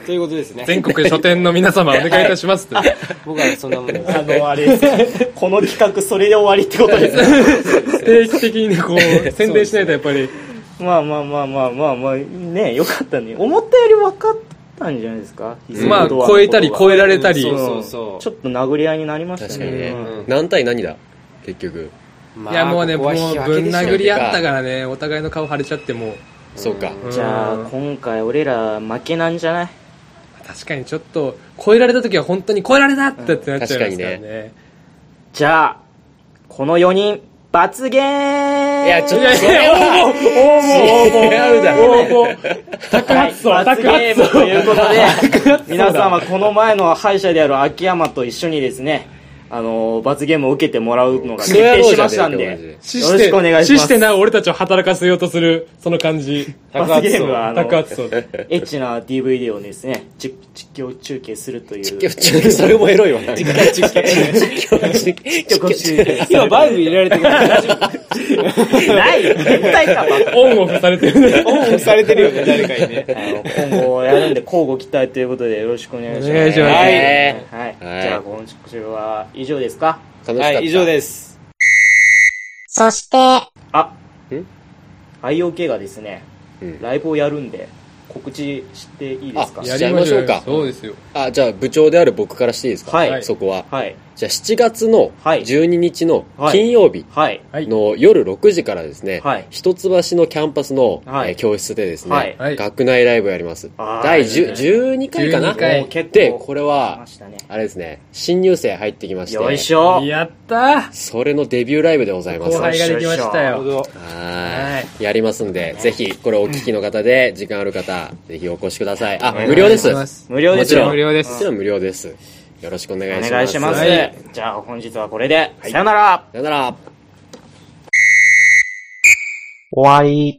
Speaker 6: ということですね
Speaker 5: 全国書店の皆様お願いいたしますって
Speaker 6: 僕はそんなもんです
Speaker 4: あの、あれです [LAUGHS] この企画それで終わりってことですね。
Speaker 5: [LAUGHS] 定期的にねこう宣伝しないとやっぱり
Speaker 4: まあまあまあまあまあまあ、ねよかったね。思ったより分かったんじゃないですか、
Speaker 7: うん
Speaker 5: まあ、
Speaker 4: ドアの
Speaker 5: 超えたり
Speaker 4: こと
Speaker 5: 超
Speaker 4: が
Speaker 5: えられたり。
Speaker 7: そう
Speaker 4: うん
Speaker 7: そうそう
Speaker 4: ちょっと殴り合いになりましたね
Speaker 7: 確かにね、
Speaker 5: うん
Speaker 7: 何対何だ結局
Speaker 6: まあ
Speaker 5: いや、もうね、
Speaker 6: こ
Speaker 5: も
Speaker 6: こ
Speaker 5: う
Speaker 6: は引き分
Speaker 5: ぶ
Speaker 6: け
Speaker 5: ん
Speaker 6: でしょ
Speaker 5: 殴り合ったからね、お互いの顔腫れちゃってもう。
Speaker 7: そうか、
Speaker 5: うん
Speaker 4: じゃあ今回俺ら負けなんじゃない
Speaker 5: 確かにちょっと、超えられた時は本当に超えられたってってなっちゃいます
Speaker 7: 確
Speaker 5: から
Speaker 7: かに
Speaker 5: ね。
Speaker 4: じゃあこの4人罰ゲーム
Speaker 7: いやちょっとそ
Speaker 5: いや
Speaker 7: れ
Speaker 5: い
Speaker 7: は
Speaker 5: や、
Speaker 7: 違うだろ
Speaker 5: 爆発
Speaker 4: はい
Speaker 5: は
Speaker 4: 罰
Speaker 5: 爆
Speaker 4: ゲー
Speaker 5: 発
Speaker 4: ムということで皆さんはこの前の敗者である秋山と一緒にですねあの罰ゲームを受けてもらうのが決定しましたんで
Speaker 5: 死
Speaker 4: よろしくお願いします
Speaker 5: 死してない俺たちを働かせようとする、その感じ。
Speaker 4: 罰ゲームはあの
Speaker 5: 爆発そう。
Speaker 4: エッチな DVD をですねじ実況中継するという
Speaker 7: いやちょっとそれもエロいわな実況実
Speaker 4: 実況中継
Speaker 6: 今バイブ入れられてくる
Speaker 4: ないよ絶対かバカ
Speaker 5: オンオフされてるね。
Speaker 6: [LAUGHS] オンオフされてるよね誰かにね
Speaker 4: あの今後やるんで交互期待ということでよろしくお願いします
Speaker 5: お願いします
Speaker 4: は
Speaker 7: はい
Speaker 4: い、
Speaker 7: はい
Speaker 4: じゃあ今週は以上ですか
Speaker 7: 楽しか
Speaker 6: は
Speaker 7: った
Speaker 6: い以上です
Speaker 1: そして、
Speaker 4: あ
Speaker 7: ん
Speaker 4: IOK がですね、
Speaker 7: うん
Speaker 4: ライブをやるんで告知していいですか
Speaker 7: あやりましょうか
Speaker 5: そうですよ。
Speaker 7: あじゃあ部長である僕からしていいですか
Speaker 4: はい
Speaker 7: そこは
Speaker 4: はい
Speaker 7: じゃあ7月の
Speaker 4: はい
Speaker 7: 12日の
Speaker 4: はい
Speaker 7: 金曜日
Speaker 4: はい
Speaker 5: はい
Speaker 7: の夜6時からですね、
Speaker 4: はい
Speaker 7: 一橋のキャンパスの、
Speaker 4: はい
Speaker 7: えー教室でですね、
Speaker 4: はい
Speaker 5: はい
Speaker 7: 学内ライブをやります。
Speaker 4: あー
Speaker 7: 第10 12回かな
Speaker 5: 12回
Speaker 4: もう結構
Speaker 7: で、これ
Speaker 4: 来ま
Speaker 7: は、
Speaker 4: したね
Speaker 7: あれですね、新入生入ってきまして、
Speaker 4: よいしょ
Speaker 5: やった
Speaker 7: それのデビューライブでございます。
Speaker 5: 後輩ができました
Speaker 6: なるほ
Speaker 5: よ。
Speaker 6: ど
Speaker 7: はーい。やりますんで、ぜひ、これお聞きの方で、時間ある方、ぜひお越しください。あ、無料です。
Speaker 4: 無料ですよ
Speaker 7: もちろん
Speaker 5: 無料です
Speaker 7: もちろん無料です。よろしくお願いします。
Speaker 4: お願いします、
Speaker 7: はい
Speaker 4: じゃあ本日はこれで、さよなら
Speaker 7: さよなら。
Speaker 4: 終わり